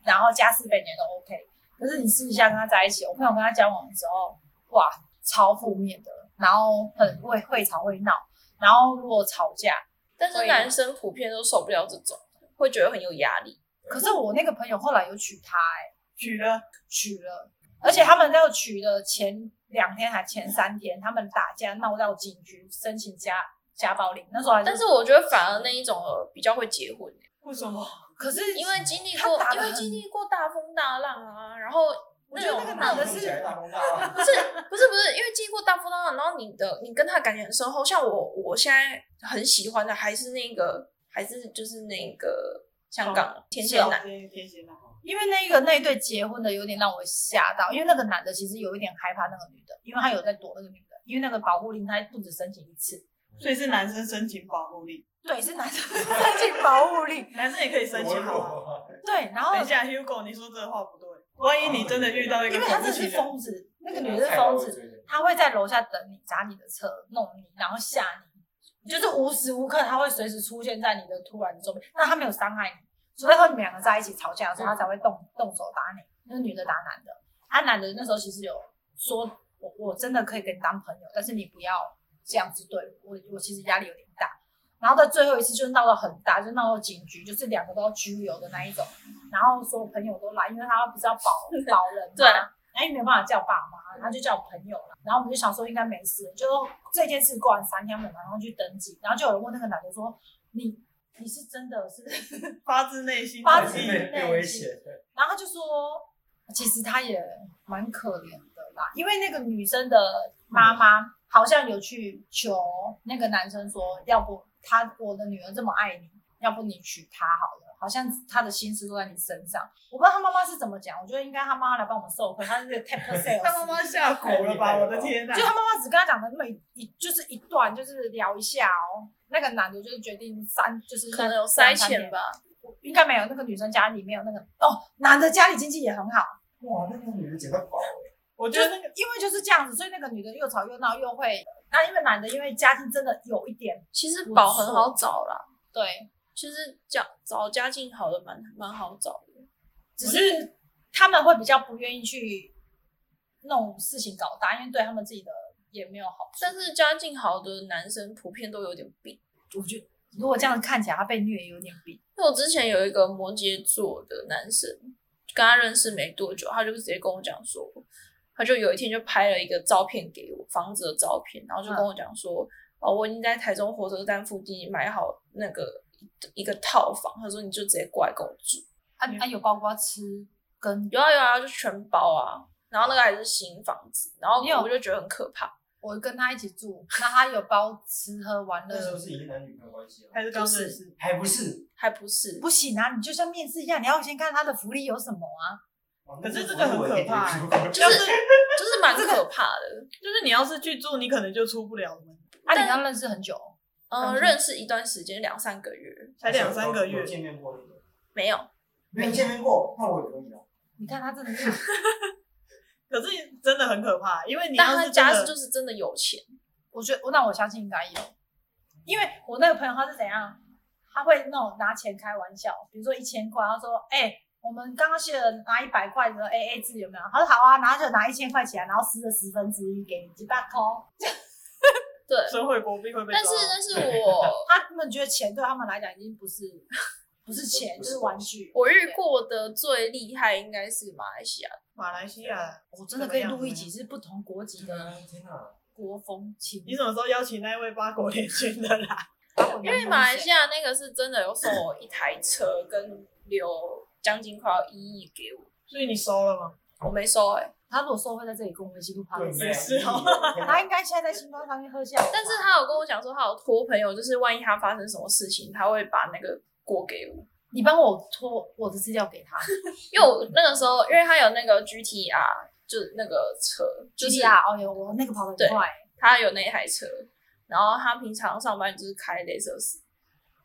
[SPEAKER 2] 然后家世背景也都 OK。可是你私底下跟她在一起，我朋友跟她交往的时候，哇，超负面的，然后很会会吵会闹，然后如果吵架，
[SPEAKER 1] 但是
[SPEAKER 2] 会
[SPEAKER 1] 男生普遍都受不了这种，会觉得很有压力。
[SPEAKER 2] 可是我那个朋友后来有娶她、欸，
[SPEAKER 4] 娶了，
[SPEAKER 2] 娶了，而且他们要娶的前两天还前三天，他们打架闹到警局，申请家家暴令。那时候还
[SPEAKER 1] 但是我觉得反而那一种呃比较会结婚、
[SPEAKER 4] 为什么？
[SPEAKER 2] 可是
[SPEAKER 1] 因为经历
[SPEAKER 2] 他
[SPEAKER 1] 过
[SPEAKER 2] 打，
[SPEAKER 1] 因
[SPEAKER 2] 得
[SPEAKER 1] 为
[SPEAKER 2] 很
[SPEAKER 1] 经历过大风大浪啊，然后
[SPEAKER 2] 我
[SPEAKER 1] 那
[SPEAKER 2] 觉得
[SPEAKER 1] 种
[SPEAKER 2] 那个
[SPEAKER 1] 那
[SPEAKER 2] 男的
[SPEAKER 1] 种
[SPEAKER 2] 是
[SPEAKER 3] 大风大
[SPEAKER 1] 不是
[SPEAKER 2] 啊
[SPEAKER 1] 不是不是，因为经历过大风大浪，然后你的你跟他感情很深厚，像我我现在很喜欢的还是那个还是就是那个香
[SPEAKER 2] 哦
[SPEAKER 1] 港天蝎男，
[SPEAKER 4] 天蝎男，
[SPEAKER 2] 因为那个那一对结婚的有点让我吓到，因为那个男的其实有一点害怕那个女的，因为他有在躲那个女的，因为那个保护令他不止申请一次，
[SPEAKER 4] 所以是男生申请保护令，
[SPEAKER 2] 对，是男生 申请保护令，
[SPEAKER 4] 男生也可以申请好吗？
[SPEAKER 2] 对，然后
[SPEAKER 4] 等一下，Hugo，你说这话不对。万一你真的遇到一个
[SPEAKER 2] 因为
[SPEAKER 4] 恐
[SPEAKER 2] 他
[SPEAKER 4] 怖
[SPEAKER 2] 真的
[SPEAKER 4] 情
[SPEAKER 2] 是
[SPEAKER 4] 人，
[SPEAKER 2] 疯子，那个女的是疯子，
[SPEAKER 3] 子，
[SPEAKER 2] 她会在楼下等你，砸你的车，弄你，然后吓你，就是无时无刻她会随时出现在你的突然周边，但她没有伤害你，除非说你们两个在一起吵架的时候，她才会动动手打你。那个女的打男的，啊，男的那时候其实有说，我我真的可以跟你当朋友，但是你不要这样子对我，我我其实压力有点大。然后到最后一次就是闹到很大，就闹到警局，就是两个都要拘留的那一种。然后所有朋友都来，因为他不是要保保人嘛，
[SPEAKER 1] 对，
[SPEAKER 2] 哎，没有办法叫爸妈，他就叫朋友了。然后我们就想说应该没事，就这件事过完三天，我们马上去登记。然后就有人问那个男的说：“你你是真的是？”
[SPEAKER 4] 发自内心
[SPEAKER 2] 发
[SPEAKER 4] 的
[SPEAKER 2] 自
[SPEAKER 4] 意
[SPEAKER 2] 内
[SPEAKER 3] 被被威胁，
[SPEAKER 2] 然后他就说，其实他也蛮可怜的啦，因为那个女生的妈妈好像有去求那个男生说，要不他我的女儿这么爱你，要不你娶她好了。好像他的心思都在你身上，我不知道他妈妈是怎么讲，我觉得应该他妈妈来帮我们授课，他是个 tap sales，
[SPEAKER 4] 他妈妈吓狗了吧？我的天哪！
[SPEAKER 2] 就他妈妈只跟他讲的那么一一就是一段，就是聊一下哦。那个男的就是决定三，就是
[SPEAKER 1] 可能有塞钱
[SPEAKER 2] 吧，
[SPEAKER 1] 吧。
[SPEAKER 2] 应该没有。那个女生家里没有那个哦，男的家里经济也很好，
[SPEAKER 3] 哇，那个女的捡到宝，
[SPEAKER 4] 我
[SPEAKER 2] 就
[SPEAKER 4] 觉
[SPEAKER 2] 是
[SPEAKER 4] 得那个
[SPEAKER 2] 因为就是这样子，所以那个女的又吵又闹又会。那因为男的因为家境真的有一点
[SPEAKER 1] 其实宝很好找啦，
[SPEAKER 2] 对，
[SPEAKER 1] 其实讲找家境好的蛮蛮好找的。
[SPEAKER 2] 只是他们会比较不愿意去弄事情搞大，因为对他们自己的也没有好处。
[SPEAKER 1] 但是家境好的男生普遍都有点病。
[SPEAKER 2] 我觉得如果这样看起来，他被虐有点病。
[SPEAKER 1] 因为我之前有一个摩羯座的男生，跟他认识没多久，他就直接跟我讲说，他就有一天就拍了一个照片给我，房子的照片，然后就跟我讲说，哦，我已经在台中火车站附近买好那个一个套房，他说你就直接过来跟我住，
[SPEAKER 2] 啊啊，有包括吃跟
[SPEAKER 1] 有啊有啊，就全包啊，然后那个还是新房子，然后
[SPEAKER 2] 你有
[SPEAKER 1] 我就觉得很可怕，
[SPEAKER 2] 我跟他一起住，那他有包吃喝玩
[SPEAKER 3] 那时候
[SPEAKER 2] 乐。
[SPEAKER 3] 是已经男女朋友关系了，
[SPEAKER 4] 还是刚认识，
[SPEAKER 3] 还不是？
[SPEAKER 1] 还不是
[SPEAKER 2] 不行啊，你就像面试一样，你要先看他的福利有什么啊。
[SPEAKER 3] 哇
[SPEAKER 4] 可是这个很可怕欸
[SPEAKER 3] 那个我也
[SPEAKER 1] 就
[SPEAKER 3] 觉
[SPEAKER 1] 是就是蛮可怕的，
[SPEAKER 4] 就是你要是去住，你可能就出不了门，
[SPEAKER 2] 啊，你要认识很久哦，
[SPEAKER 1] 嗯，
[SPEAKER 2] 嗯
[SPEAKER 1] 认识一段时间两三个月
[SPEAKER 4] 才两三个月
[SPEAKER 3] 有，见面过，
[SPEAKER 1] 没有，
[SPEAKER 3] 没见面过，那我也可以啊。
[SPEAKER 2] 你看他真的是，
[SPEAKER 4] 可是真的很可怕，因为你
[SPEAKER 1] 但
[SPEAKER 4] 要
[SPEAKER 1] 他
[SPEAKER 4] 是真
[SPEAKER 1] 家
[SPEAKER 4] 的
[SPEAKER 1] 就是真的有钱。
[SPEAKER 2] 我觉得那我相信应该有，因为我那个朋友他是怎样，他会那种拿钱开玩笑，比如说一千块，他说，哎、我们刚刚去了拿一百块的 A A 制有没有？他说好啊，然后就拿一千块起来，然后撕了十分之一给你，几百块。哦
[SPEAKER 1] 对，
[SPEAKER 4] 社会国币会被啊抓
[SPEAKER 1] 但是但是我
[SPEAKER 2] 他们觉得钱对他们来讲已经不是不是钱，就是玩具。
[SPEAKER 1] 我遇过的最厉害应该是马来西亚，
[SPEAKER 4] 马来西亚，
[SPEAKER 2] 我真的可以录一集是不同国籍
[SPEAKER 4] 啊
[SPEAKER 2] 的
[SPEAKER 3] 天哪！
[SPEAKER 2] 国风情，
[SPEAKER 4] 你什么时候邀请那位八国联军 的啦？
[SPEAKER 1] 因为马来西亚那个是真的有送我一台车，跟留将近快要一亿给我，
[SPEAKER 4] 所以你收了吗？
[SPEAKER 1] 我没收哎、
[SPEAKER 2] 他如果说会在这里跟我们一起录 p
[SPEAKER 3] 对
[SPEAKER 2] o
[SPEAKER 3] 没有啊
[SPEAKER 4] 是哦
[SPEAKER 3] 天哪
[SPEAKER 2] 他应该现在在星光上面喝下午茶。
[SPEAKER 1] 但是他有跟我讲说，他有托朋友，就是万一他发生什么事情，他会把那个锅给我。
[SPEAKER 2] 你帮我拖我的资料给他，
[SPEAKER 1] 因为我那个时候，因为他有那个 GTR，就是那个车，
[SPEAKER 2] 就
[SPEAKER 1] 就是是
[SPEAKER 2] 啊，哦哟，我那个跑得
[SPEAKER 1] 对
[SPEAKER 2] 很快，
[SPEAKER 1] 他有那一台车，然后他平常上班就是开雷瑟斯，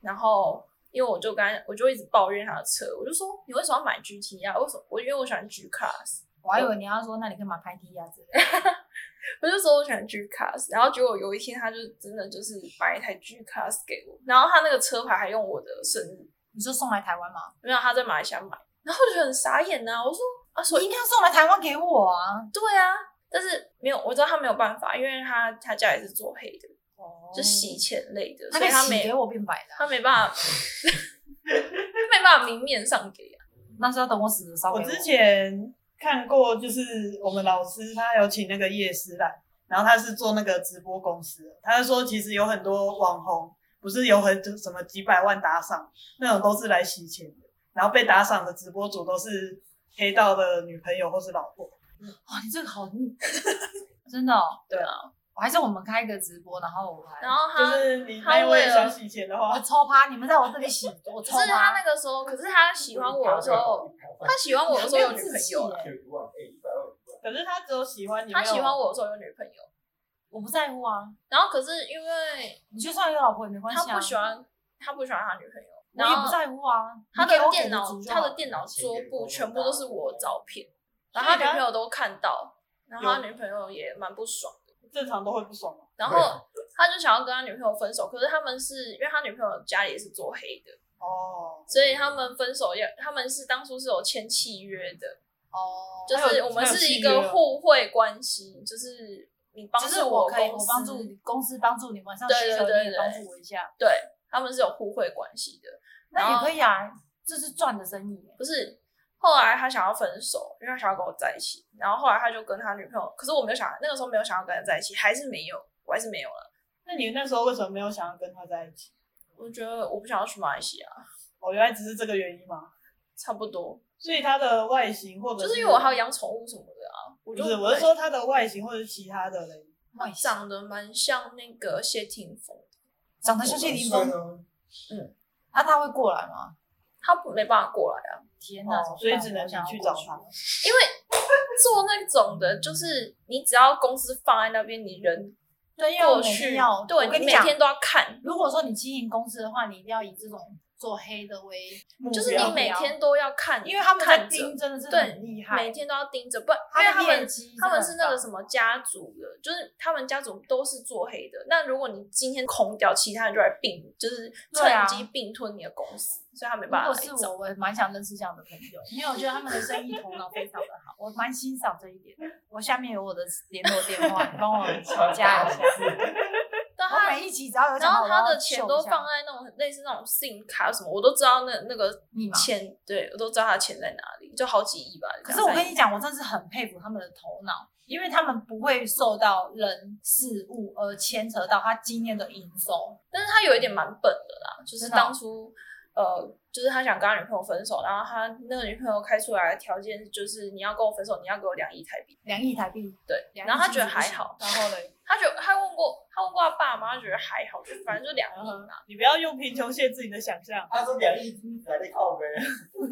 [SPEAKER 1] 然后因为我就跟他，我就一直抱怨他的车，我就说你为什么要买 GT 啊？为什么？我因为我喜欢 G Class，
[SPEAKER 2] 我还以为你要说那你干嘛拍 T 啊之类的。
[SPEAKER 1] 我就说我喜欢 G Class，然后结果有一天他就真的就是买一台 G Class 给我，然后他那个车牌还用我的生日，
[SPEAKER 2] 你说送来台湾吗？
[SPEAKER 1] 没有他在马来西亚买，然后我就很傻眼呐、我说啊，所
[SPEAKER 2] 你
[SPEAKER 1] 以
[SPEAKER 2] 应该送来台湾给我啊。
[SPEAKER 1] 对啊，但是没有，我知道他没有办法，因为他他家也是做黑的，
[SPEAKER 2] 哦
[SPEAKER 1] 就洗钱类的，
[SPEAKER 2] 他
[SPEAKER 1] 所
[SPEAKER 2] 可
[SPEAKER 1] 以
[SPEAKER 2] 以
[SPEAKER 1] 他
[SPEAKER 2] 洗
[SPEAKER 1] 没
[SPEAKER 2] 给我变白的啊，
[SPEAKER 1] 他没办法， 他没办法明面上给啊。
[SPEAKER 2] 那是要等我死了烧给
[SPEAKER 4] 哦我之前看过，就是我们老师他有请那个叶师来，然后他是做那个直播公司的，他就说其实有很多网红不是有很什么几百万打赏那种都是来洗钱的，然后被打赏的直播主都是黑道的女朋友或是老婆。
[SPEAKER 2] 哇，你这个好 腻，真的哦。
[SPEAKER 1] 对啊，
[SPEAKER 2] 我还是我们开一个直播，然后我来，
[SPEAKER 1] 然后
[SPEAKER 4] 就
[SPEAKER 1] 啊他
[SPEAKER 4] 是你那位想洗钱的
[SPEAKER 2] 我
[SPEAKER 4] 话，
[SPEAKER 2] 抽趴，你们在我这里洗，我抽
[SPEAKER 1] 可是他
[SPEAKER 2] 趴。
[SPEAKER 1] 那个时候，可是他喜欢我的时候，，他喜欢我的时候有女朋友了，
[SPEAKER 3] 有一万，哎，一百万，一万。
[SPEAKER 4] 可是他只有喜欢你，
[SPEAKER 1] 他
[SPEAKER 4] 没有
[SPEAKER 1] 喜欢我的时候有女朋友。
[SPEAKER 2] 我不在乎啊，
[SPEAKER 1] 然后可是因为
[SPEAKER 2] 你就算有老婆也没关系啊。
[SPEAKER 1] 他不喜，欢，他不喜欢他女朋友，
[SPEAKER 2] 我
[SPEAKER 1] 然
[SPEAKER 2] 也不
[SPEAKER 1] 后
[SPEAKER 2] 在乎啊。
[SPEAKER 1] 他
[SPEAKER 2] 你给
[SPEAKER 1] 的
[SPEAKER 2] 我
[SPEAKER 1] 电
[SPEAKER 2] 给
[SPEAKER 1] 脑
[SPEAKER 2] 足，就好
[SPEAKER 1] 他的电脑桌布全部都是我的照片，然后他女朋友都看到，然后他女朋友也蛮不爽的，
[SPEAKER 4] 正常都会不爽吗？
[SPEAKER 1] 然后他就想要跟他女朋友分手，可是他们是因为他女朋友家里也是做黑的，
[SPEAKER 4] 哦，
[SPEAKER 1] 所以他们分手要他们是当初是有签契约的，
[SPEAKER 2] 哦，
[SPEAKER 1] 就
[SPEAKER 4] 还
[SPEAKER 1] 是
[SPEAKER 4] 有
[SPEAKER 1] 我们
[SPEAKER 4] 还有
[SPEAKER 1] 是
[SPEAKER 4] 契
[SPEAKER 1] 一
[SPEAKER 4] 约
[SPEAKER 1] 个
[SPEAKER 4] 哦
[SPEAKER 1] 互惠关系，就是你帮
[SPEAKER 2] 就是
[SPEAKER 1] 助
[SPEAKER 2] 我可以，
[SPEAKER 1] 公
[SPEAKER 2] 我
[SPEAKER 1] 司，
[SPEAKER 2] 帮助你公司帮助你，晚上需
[SPEAKER 1] 对
[SPEAKER 2] 求
[SPEAKER 1] 对对
[SPEAKER 2] 你也帮
[SPEAKER 1] 对
[SPEAKER 2] 助我一下，
[SPEAKER 1] 对他们是有互惠关系的，
[SPEAKER 2] 那
[SPEAKER 1] 然
[SPEAKER 2] 也
[SPEAKER 1] 后
[SPEAKER 2] 可以啊，这是赚的生意耶。
[SPEAKER 1] 不是，后来他想要分手，因为他想要跟我在一起。然后后来他就跟他女朋友，可是我没有想，那个时候没有想要跟他在一起，还是没有，我还是没有了。
[SPEAKER 4] 那你那时候为什么没有想要跟他在一起？
[SPEAKER 1] 我觉得我不想要去马来西亚，
[SPEAKER 4] 哦，原来只是这个原因吗？
[SPEAKER 1] 差不多，
[SPEAKER 4] 所以他的外形或者
[SPEAKER 1] 就是因为我还有养宠物什么的啊。我
[SPEAKER 4] 不，
[SPEAKER 1] 就是
[SPEAKER 4] 我是说他的外形或者是其他的嘞。
[SPEAKER 1] 他长得蛮像那个谢霆锋，
[SPEAKER 2] 长得像谢霆锋，
[SPEAKER 3] 锋，
[SPEAKER 2] 那他会过来吗？
[SPEAKER 1] 他不没办法过来啊，
[SPEAKER 2] 天哪，
[SPEAKER 4] 哦所以只能你去找他。
[SPEAKER 1] 因为做那种的，就是你只要公司放在那边，你人
[SPEAKER 2] 对，因为我
[SPEAKER 1] 过
[SPEAKER 2] 每天
[SPEAKER 1] 去
[SPEAKER 2] 要，，
[SPEAKER 1] 对
[SPEAKER 2] 我跟
[SPEAKER 1] 你
[SPEAKER 2] 你
[SPEAKER 1] 每
[SPEAKER 2] 讲，
[SPEAKER 1] 天都要看，
[SPEAKER 2] 如果说你经营公司的话，你一定要以这种做黑的为，
[SPEAKER 4] 目
[SPEAKER 1] 就是
[SPEAKER 4] 标
[SPEAKER 1] 你每天都要看，
[SPEAKER 2] 因为他们在
[SPEAKER 1] 呃看着
[SPEAKER 2] 盯真的是
[SPEAKER 1] 对
[SPEAKER 2] 很厉害
[SPEAKER 1] 每，天都要盯着，不然因为
[SPEAKER 2] 他
[SPEAKER 1] 他
[SPEAKER 2] 的业
[SPEAKER 1] 们
[SPEAKER 2] 绩真的
[SPEAKER 1] 他
[SPEAKER 2] 很棒，
[SPEAKER 1] 们是那个什么家族的，就是他们家族都是做黑的。那如果你今天空掉，其他人就来并，就是
[SPEAKER 2] 对啊
[SPEAKER 1] 趁机并吞你的公司，所以他没
[SPEAKER 2] 如
[SPEAKER 1] 办
[SPEAKER 2] 果
[SPEAKER 1] 法来
[SPEAKER 2] 是
[SPEAKER 1] 找。
[SPEAKER 2] 我，我蛮想认识这样的朋友，因为我觉得他们的生意头脑非常的好，我蛮欣赏这一点的。我下面有我的联络电话，你帮我加一下。
[SPEAKER 1] 但
[SPEAKER 2] 我
[SPEAKER 1] 他
[SPEAKER 2] 每一集只要有
[SPEAKER 1] 然
[SPEAKER 2] 讲好，
[SPEAKER 1] 后
[SPEAKER 2] 我
[SPEAKER 1] 他
[SPEAKER 2] 要
[SPEAKER 1] 的钱都
[SPEAKER 2] 秀一下
[SPEAKER 1] 放在那种类似那种 SIM 卡什么，我都知道那那个
[SPEAKER 2] 密码。
[SPEAKER 1] 钱，对我都知道他的钱在哪里，就好几亿吧。
[SPEAKER 2] 可是我跟
[SPEAKER 1] 两
[SPEAKER 2] 你讲，我真的是很佩服他们的头脑，因为他们不会受到人事物而牵扯到他今天的营收。
[SPEAKER 1] 但是他有一点蛮笨的啦，就是
[SPEAKER 2] 真的哦
[SPEAKER 1] 当初、呃，就是他想跟他女朋友分手，然后他那个女朋友开出来的条件就是你要跟我分手，你要给我两亿台币。
[SPEAKER 2] 两亿台币，
[SPEAKER 1] 对，
[SPEAKER 2] 两
[SPEAKER 1] 然后
[SPEAKER 2] 亿
[SPEAKER 1] 他觉得
[SPEAKER 2] 其实不
[SPEAKER 1] 还
[SPEAKER 2] 行
[SPEAKER 1] 好，
[SPEAKER 4] 然后嘞，
[SPEAKER 1] 他就他问过他问过他爸妈，觉得还好，就反正就两
[SPEAKER 4] 然
[SPEAKER 1] 亿
[SPEAKER 4] 后
[SPEAKER 2] 嗯
[SPEAKER 1] 嘛。
[SPEAKER 4] 你不要用贫穷限制你的想象。
[SPEAKER 3] 他说两亿听起来在靠背，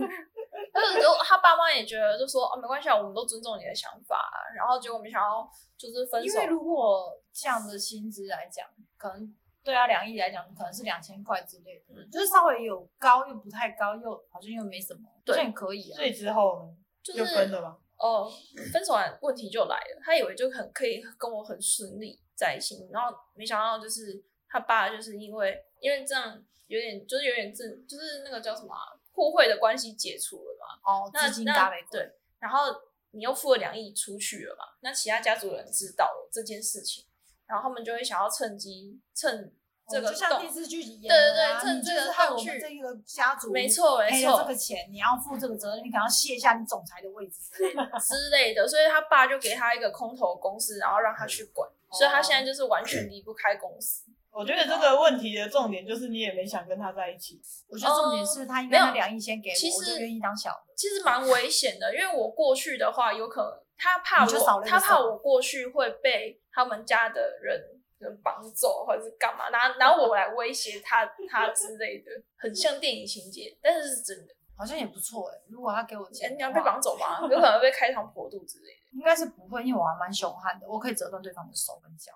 [SPEAKER 1] 但是就他爸妈也觉得就说哦没关系啊，我们都尊重你的想法啊。然后结果没想到就是分
[SPEAKER 2] 因
[SPEAKER 1] 手
[SPEAKER 2] 为，如果这样的薪资来讲，可能对他两亿来讲，可能是两千块之类的，
[SPEAKER 1] 嗯
[SPEAKER 2] 就是稍微有高又不太高，又好像又没什么，好
[SPEAKER 1] 对
[SPEAKER 2] 像也可以啊
[SPEAKER 4] 所。以之后呢，
[SPEAKER 1] 就
[SPEAKER 4] 又分
[SPEAKER 1] 是
[SPEAKER 4] 了吗？
[SPEAKER 1] 哦分手完问题就来了，他以为就很可以跟我很顺利在一起，然后没想到就是他爸就是因为因为这样有点就是有点自就是那个叫什么啊互惠的关系解除了嘛。
[SPEAKER 2] 哦，
[SPEAKER 1] 那
[SPEAKER 2] 资金搭
[SPEAKER 1] 那
[SPEAKER 2] 没
[SPEAKER 1] 对，然后你又付了两亿出去了嘛，那其他家族人知道了这件事情，然后他们就会想要趁机趁这个
[SPEAKER 2] 哦就像
[SPEAKER 1] 洞，
[SPEAKER 2] 电视剧演
[SPEAKER 1] 对对
[SPEAKER 2] 的啊
[SPEAKER 1] 对趁
[SPEAKER 2] 你
[SPEAKER 1] 这
[SPEAKER 2] 就
[SPEAKER 1] 个
[SPEAKER 2] 是害
[SPEAKER 1] 道
[SPEAKER 2] 我们
[SPEAKER 1] 具
[SPEAKER 2] 这一个家族
[SPEAKER 1] 没错没
[SPEAKER 2] 赔了这
[SPEAKER 1] 错
[SPEAKER 2] 个钱，你要负这个责任，你可能要卸下你总裁的位置之类的。
[SPEAKER 1] 之类的，所以他爸就给他一个空头公司，然后让他
[SPEAKER 2] 嗯
[SPEAKER 1] 去管，
[SPEAKER 2] 哦
[SPEAKER 1] 所以他现在就是完全离不开公司。
[SPEAKER 4] 我觉得这个问题的重点就是你也没想跟他在一起。
[SPEAKER 2] 我觉得重点是他应该那两亿先给
[SPEAKER 1] 哦其
[SPEAKER 2] 我，我就
[SPEAKER 1] 实
[SPEAKER 2] 愿意当小的。
[SPEAKER 1] 其实蛮危险的，因为我过去的话，有可能他怕
[SPEAKER 2] 你就少
[SPEAKER 1] 我，
[SPEAKER 2] 了一个
[SPEAKER 1] 他怕
[SPEAKER 2] 手
[SPEAKER 1] 我过去会被他们家的人。嗯绑走或者是干嘛，拿拿我来威胁他，他之类的，很像电影情节，但是是真的。
[SPEAKER 2] 好像也不错哎、如果他给我
[SPEAKER 1] 哎
[SPEAKER 2] 钱，
[SPEAKER 1] 你要被绑，走吗？有可能被开膛破肚之类的。
[SPEAKER 2] 应该是不会，因为我还蛮凶悍的，我可以折断对方的手跟脚。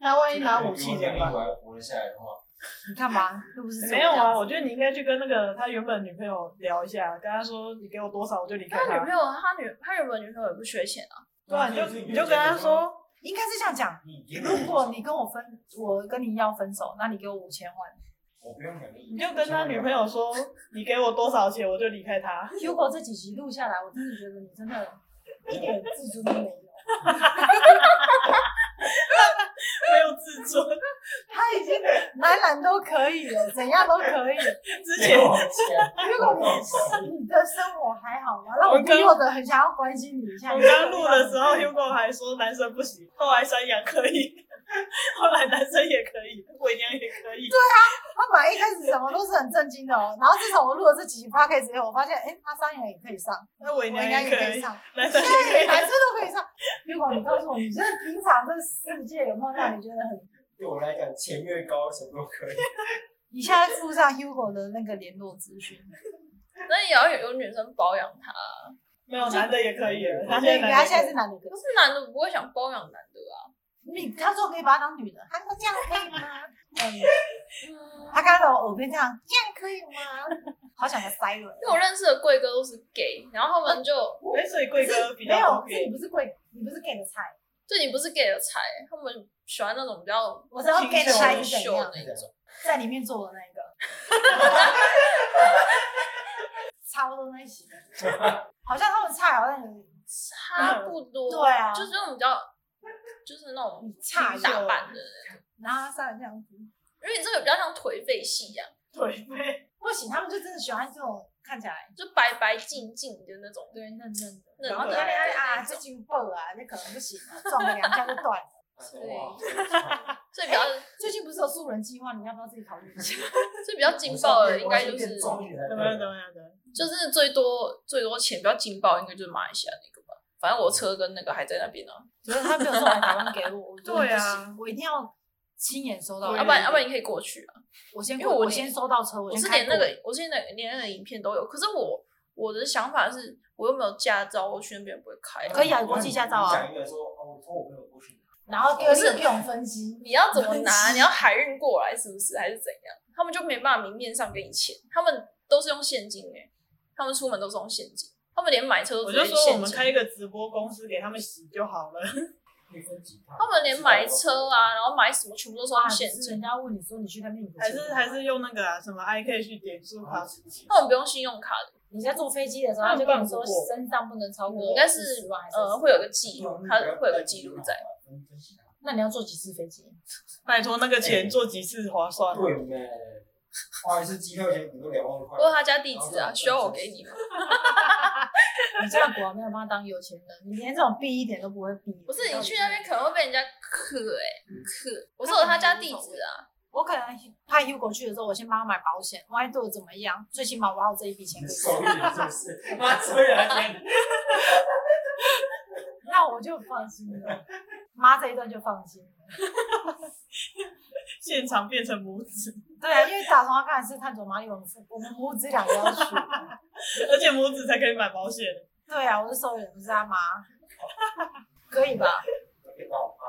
[SPEAKER 4] 那万一拿武器
[SPEAKER 3] 如果
[SPEAKER 4] 怎
[SPEAKER 3] 两
[SPEAKER 4] 么
[SPEAKER 3] 亿
[SPEAKER 4] 办？
[SPEAKER 3] 我还活得下来的话，
[SPEAKER 2] 你看吧，又不是这
[SPEAKER 4] 没有啊，
[SPEAKER 2] 样
[SPEAKER 4] 我
[SPEAKER 2] 子
[SPEAKER 4] 觉得你应该去跟那个他原本女朋友聊一下，跟他说你给我多少我就离开
[SPEAKER 2] 啊
[SPEAKER 1] 他女朋
[SPEAKER 4] 他。
[SPEAKER 1] 友，他女他原本女朋友也不缺钱啊，
[SPEAKER 4] 对啊，你就你就跟他说，
[SPEAKER 2] 应该是这样讲。
[SPEAKER 3] 你给我多少，
[SPEAKER 2] 如果你跟我分，我跟你要分手，那你给我五千万。
[SPEAKER 3] 我不用两亿，
[SPEAKER 4] 你就跟他女朋友说你给我多少钱我就离开他。
[SPEAKER 2] 如果这几集录下来，我真的觉得你真的一点自尊都没有。
[SPEAKER 4] 没有自尊，
[SPEAKER 5] 他已经男男都可以了，怎样都可以。
[SPEAKER 4] 之
[SPEAKER 3] 给
[SPEAKER 4] 前
[SPEAKER 3] 我钱，
[SPEAKER 1] 啊
[SPEAKER 5] 如果你你的生活还好吗？让我
[SPEAKER 4] 我
[SPEAKER 5] 不
[SPEAKER 4] 刚
[SPEAKER 5] 由得很想要关心你一下。
[SPEAKER 4] 我刚录的时候，Hugo 还说男生不行，后来山羊可以，后来男生也可以，鬼娘也可以。
[SPEAKER 5] 他本来一开始什么都是很震惊的哦，然后自从我录了这几集 podcast 以后，我发现，哎、他商演也可以上，
[SPEAKER 4] 那
[SPEAKER 5] 我
[SPEAKER 4] 伪
[SPEAKER 5] 应
[SPEAKER 4] 娘
[SPEAKER 5] 该也
[SPEAKER 4] 也可
[SPEAKER 5] 可以
[SPEAKER 4] 以，
[SPEAKER 5] 上，
[SPEAKER 4] 男生也可
[SPEAKER 5] 对，
[SPEAKER 4] 以。
[SPEAKER 5] 男生都可以上。如果你告诉我，你就是平常这世界有没有让你觉得很？
[SPEAKER 3] 对我来讲钱越高什么都可以。
[SPEAKER 2] 你现在附上 Hugo 的那个联络资讯，
[SPEAKER 1] 那也要有有女生包养他。
[SPEAKER 4] 没有男的也可以，他
[SPEAKER 5] 男的，
[SPEAKER 4] 现在
[SPEAKER 5] 他
[SPEAKER 4] 男
[SPEAKER 5] 现在
[SPEAKER 4] 的
[SPEAKER 5] 是男的可以
[SPEAKER 1] 可是男的不会想包养男的 啊。
[SPEAKER 2] 你他说可以把他当女的，
[SPEAKER 5] 他说这样可以吗？
[SPEAKER 2] 嗯，
[SPEAKER 5] 他刚才我耳边这样，这样可以吗？
[SPEAKER 2] 好想要塞人。
[SPEAKER 1] 因为我认识的贵哥都是 gay，然后他们就
[SPEAKER 4] 哎，所以贵哥比
[SPEAKER 2] 没
[SPEAKER 4] 较
[SPEAKER 2] 有
[SPEAKER 4] 方，
[SPEAKER 2] 是你
[SPEAKER 4] 便。
[SPEAKER 2] 不是贵，你不是 gay 的菜，
[SPEAKER 1] 就你不是 gay 的菜，他们喜欢那种比较
[SPEAKER 2] 我知道 gay 的菜是怎
[SPEAKER 1] 秀
[SPEAKER 2] 样，
[SPEAKER 1] 那一种。
[SPEAKER 2] 在里面做的那一个， 差不多那一型的，好像他们菜好像有
[SPEAKER 1] 差不多，
[SPEAKER 2] 对啊
[SPEAKER 1] 就是那种比较，就是那种
[SPEAKER 2] 差
[SPEAKER 1] 轻打扮的，
[SPEAKER 2] 拿上这样子，
[SPEAKER 1] 因为你这个比较像颓废系啊一样，
[SPEAKER 4] 对，对
[SPEAKER 2] 不行，他们就真的喜欢这种看起来
[SPEAKER 1] 就白白净净的那种。
[SPEAKER 2] 对嫩嫩的，
[SPEAKER 1] 嫩
[SPEAKER 2] 然后
[SPEAKER 4] 的
[SPEAKER 2] 你看那啊，
[SPEAKER 1] 对
[SPEAKER 2] 这筋爆啊，那可能不行啊，撞了两下就断了。
[SPEAKER 1] 对所
[SPEAKER 3] 对，
[SPEAKER 2] 哎
[SPEAKER 1] 以比较，
[SPEAKER 2] 最近不是有素人计划，你要不要自己考虑一下？
[SPEAKER 1] 所以比较劲爆的应该就
[SPEAKER 3] 我
[SPEAKER 1] 是
[SPEAKER 3] 变中女才
[SPEAKER 4] 怎么样怎么样怎么样？
[SPEAKER 1] 就是最多最多钱比较劲爆，应该就是马来西亚那个吧。反正我车跟那个还在那边呢、啊
[SPEAKER 2] 觉得他没有送来台湾给我，我真的不
[SPEAKER 4] 对啊
[SPEAKER 2] 行，我一定要亲眼收到。
[SPEAKER 4] 对
[SPEAKER 1] 啊要不然要不然你可以过去啊。
[SPEAKER 2] 我先
[SPEAKER 1] 因为我
[SPEAKER 2] 我
[SPEAKER 1] 连
[SPEAKER 2] 先收到车，我
[SPEAKER 1] 我是
[SPEAKER 2] 先开
[SPEAKER 1] 连那
[SPEAKER 2] 过
[SPEAKER 1] 个我是连连那个影片都有，可是我我的想法是我又没有驾照，我去那边不会开、
[SPEAKER 2] 可以啊国际驾照啊
[SPEAKER 3] 讲一个说，哦，我托我朋友过去，
[SPEAKER 2] 然后丢
[SPEAKER 1] 不是
[SPEAKER 2] 一种分析，
[SPEAKER 1] 你要怎么拿？你要海运过来是不是？还是怎样？他们就没办法明面上给你钱，他们都是用现金哎、他们出门都是用现金，他们连买车都
[SPEAKER 4] 我
[SPEAKER 1] 直接现
[SPEAKER 4] 就
[SPEAKER 1] 金。
[SPEAKER 4] 说我们开一个直播公司给他们洗就好了。
[SPEAKER 3] 可以分几趟
[SPEAKER 1] 他们连买车啊，然后买什么全部都是
[SPEAKER 2] 啊，
[SPEAKER 1] 用
[SPEAKER 2] 只
[SPEAKER 1] 现
[SPEAKER 2] 是
[SPEAKER 1] 金
[SPEAKER 2] 人，家问你说你去那边，你不
[SPEAKER 4] 还
[SPEAKER 2] 去
[SPEAKER 4] 是还是用那个啊，什么 I K 去点数卡，
[SPEAKER 1] 他们不用信用卡的，
[SPEAKER 2] 你在坐飞机的时候，
[SPEAKER 4] 他
[SPEAKER 2] 他
[SPEAKER 4] 们
[SPEAKER 2] 就跟你说
[SPEAKER 4] 办不过
[SPEAKER 2] 身上不能超过
[SPEAKER 1] 应该是
[SPEAKER 2] 10万还是
[SPEAKER 1] 呃，
[SPEAKER 2] 30
[SPEAKER 1] 会有个记录，它会有个记录在。。
[SPEAKER 3] 分分几趟
[SPEAKER 2] 那你要坐几次飞机？
[SPEAKER 4] 拜托那个钱做几次划算？
[SPEAKER 3] 对没？花一次机票钱，顶多两万块。
[SPEAKER 1] 不过他家地址啊，需要我给你吗？
[SPEAKER 2] 你这样果然没有办法当有钱人，你连这种逼一点都不会逼。
[SPEAKER 1] 不是你去那边可能会被人家克哎克，我说有啊他家地址啊，
[SPEAKER 2] 我可能派 Hugo 去的时候，我先帮他买保险，万一对我怎么样，最起码我还有这一笔钱
[SPEAKER 3] 你
[SPEAKER 2] 可
[SPEAKER 3] 的
[SPEAKER 2] 以
[SPEAKER 3] 手艺是不是？妈，所以还给你
[SPEAKER 2] 那我就放心了。妈这一段就放心了。
[SPEAKER 4] 现场变成母子，
[SPEAKER 2] 对啊，因为打从他开始是探索马里，我们父我们母子俩都要去。
[SPEAKER 4] 而且母子才可以买保险。
[SPEAKER 2] 对啊，我是受益人，不是他妈，可以吧？
[SPEAKER 3] 给到 我妈，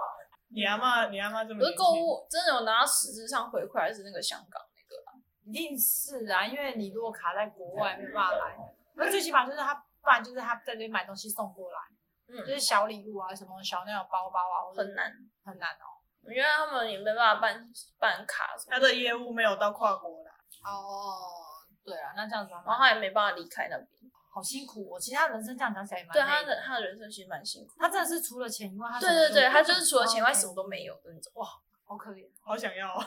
[SPEAKER 4] 你阿妈，你阿妈这么
[SPEAKER 1] 不
[SPEAKER 4] 年
[SPEAKER 1] 是
[SPEAKER 4] 轻
[SPEAKER 1] 购物真的有拿到实质上回馈，还是那个香港那个啊？
[SPEAKER 2] 一定是啊，因为你如果卡在国外，没有办法来。那最起码就是他，不然就是他在这边买东西送过来，就
[SPEAKER 1] 嗯，
[SPEAKER 2] 是小礼物啊，什么小那种包包啊，或者
[SPEAKER 1] 很难，
[SPEAKER 2] 很难哦。
[SPEAKER 1] 因为他们也没办法办办卡什么
[SPEAKER 4] 他的业务没有到跨国啦，
[SPEAKER 2] 哦，对啊，那这样子
[SPEAKER 1] 然后
[SPEAKER 2] 好
[SPEAKER 1] 他也没办法离开那边。
[SPEAKER 2] 好辛苦哦。其实他人生这样讲起来也蛮
[SPEAKER 1] 对
[SPEAKER 2] 累
[SPEAKER 1] 他的，他的人生其实蛮辛苦。
[SPEAKER 2] 他真的是除了钱以外，他
[SPEAKER 1] 对对对，他就是除了钱以外什
[SPEAKER 2] 手
[SPEAKER 1] 么都没有的那种。
[SPEAKER 2] 好可 怜。
[SPEAKER 4] 好想要、哦。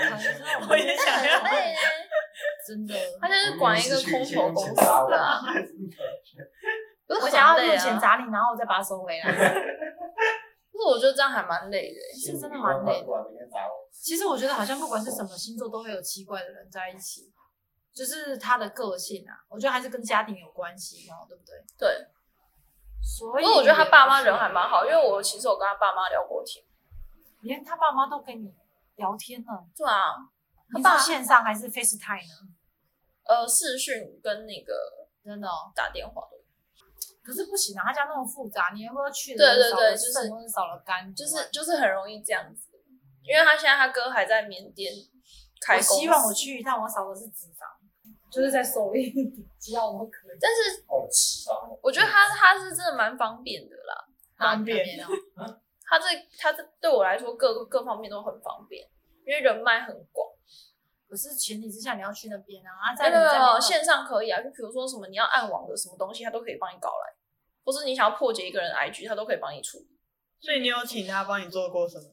[SPEAKER 2] 我
[SPEAKER 4] 我也想要
[SPEAKER 1] 很 累耶
[SPEAKER 2] 哦 真的，
[SPEAKER 1] 他就是管一个空头公司啊， 不是
[SPEAKER 2] 我想要
[SPEAKER 1] 很累啊
[SPEAKER 2] 用钱砸你，然后我再把它收回来。
[SPEAKER 1] 可是我觉得这样还蛮累的欸耶。
[SPEAKER 2] 是真的蛮累的
[SPEAKER 3] 过来每天砸我。
[SPEAKER 2] 其实我觉得好像不管是什么星座，都会有奇怪的人在一起，就是他的个性啊，我觉得还是跟家庭有关系嘛，对不对？
[SPEAKER 1] 对，
[SPEAKER 2] 所
[SPEAKER 1] 不
[SPEAKER 2] 以
[SPEAKER 1] 过我觉得他爸妈人还蛮好，因为我其实我跟他爸妈聊过天。
[SPEAKER 2] 连他爸妈都跟你聊天呢，
[SPEAKER 1] 对啊，他
[SPEAKER 2] 你
[SPEAKER 1] 爸
[SPEAKER 2] 是线上还是 FaceTime 呢？
[SPEAKER 1] 呃，视讯跟那个
[SPEAKER 2] 真的、哦，
[SPEAKER 1] 打电话的，
[SPEAKER 2] 可是不行啊，他家那么复杂，你要不要去了
[SPEAKER 1] 对对
[SPEAKER 2] 少
[SPEAKER 1] 对
[SPEAKER 2] 了
[SPEAKER 1] 就是
[SPEAKER 2] 肾或者少了肝，
[SPEAKER 1] 就是就是很容易这样子。因为他现在他哥还在缅甸开
[SPEAKER 2] 我
[SPEAKER 1] 公司，
[SPEAKER 2] 希望我去一趟，我少的是脂肪，就是在手一点，只要我可以。
[SPEAKER 1] 但是
[SPEAKER 3] 好吃啊！
[SPEAKER 1] 我觉得他他是真的蛮方便的啦。
[SPEAKER 4] 方便
[SPEAKER 2] 啊，
[SPEAKER 1] 他这他这对我来说各各方面都很方便，因为人脉很广。
[SPEAKER 2] 可是前提之下你要去那边啊，啊，
[SPEAKER 1] 没
[SPEAKER 2] 在
[SPEAKER 1] 有没
[SPEAKER 2] 你在那
[SPEAKER 1] 有
[SPEAKER 2] 边
[SPEAKER 1] 线上可以啊，就比如说什么你要暗网的什么东西，他都可以帮你搞来，或是你想要破解一个人的 IG，他都可以帮你处理。
[SPEAKER 4] 所以你有请他帮你做过什么？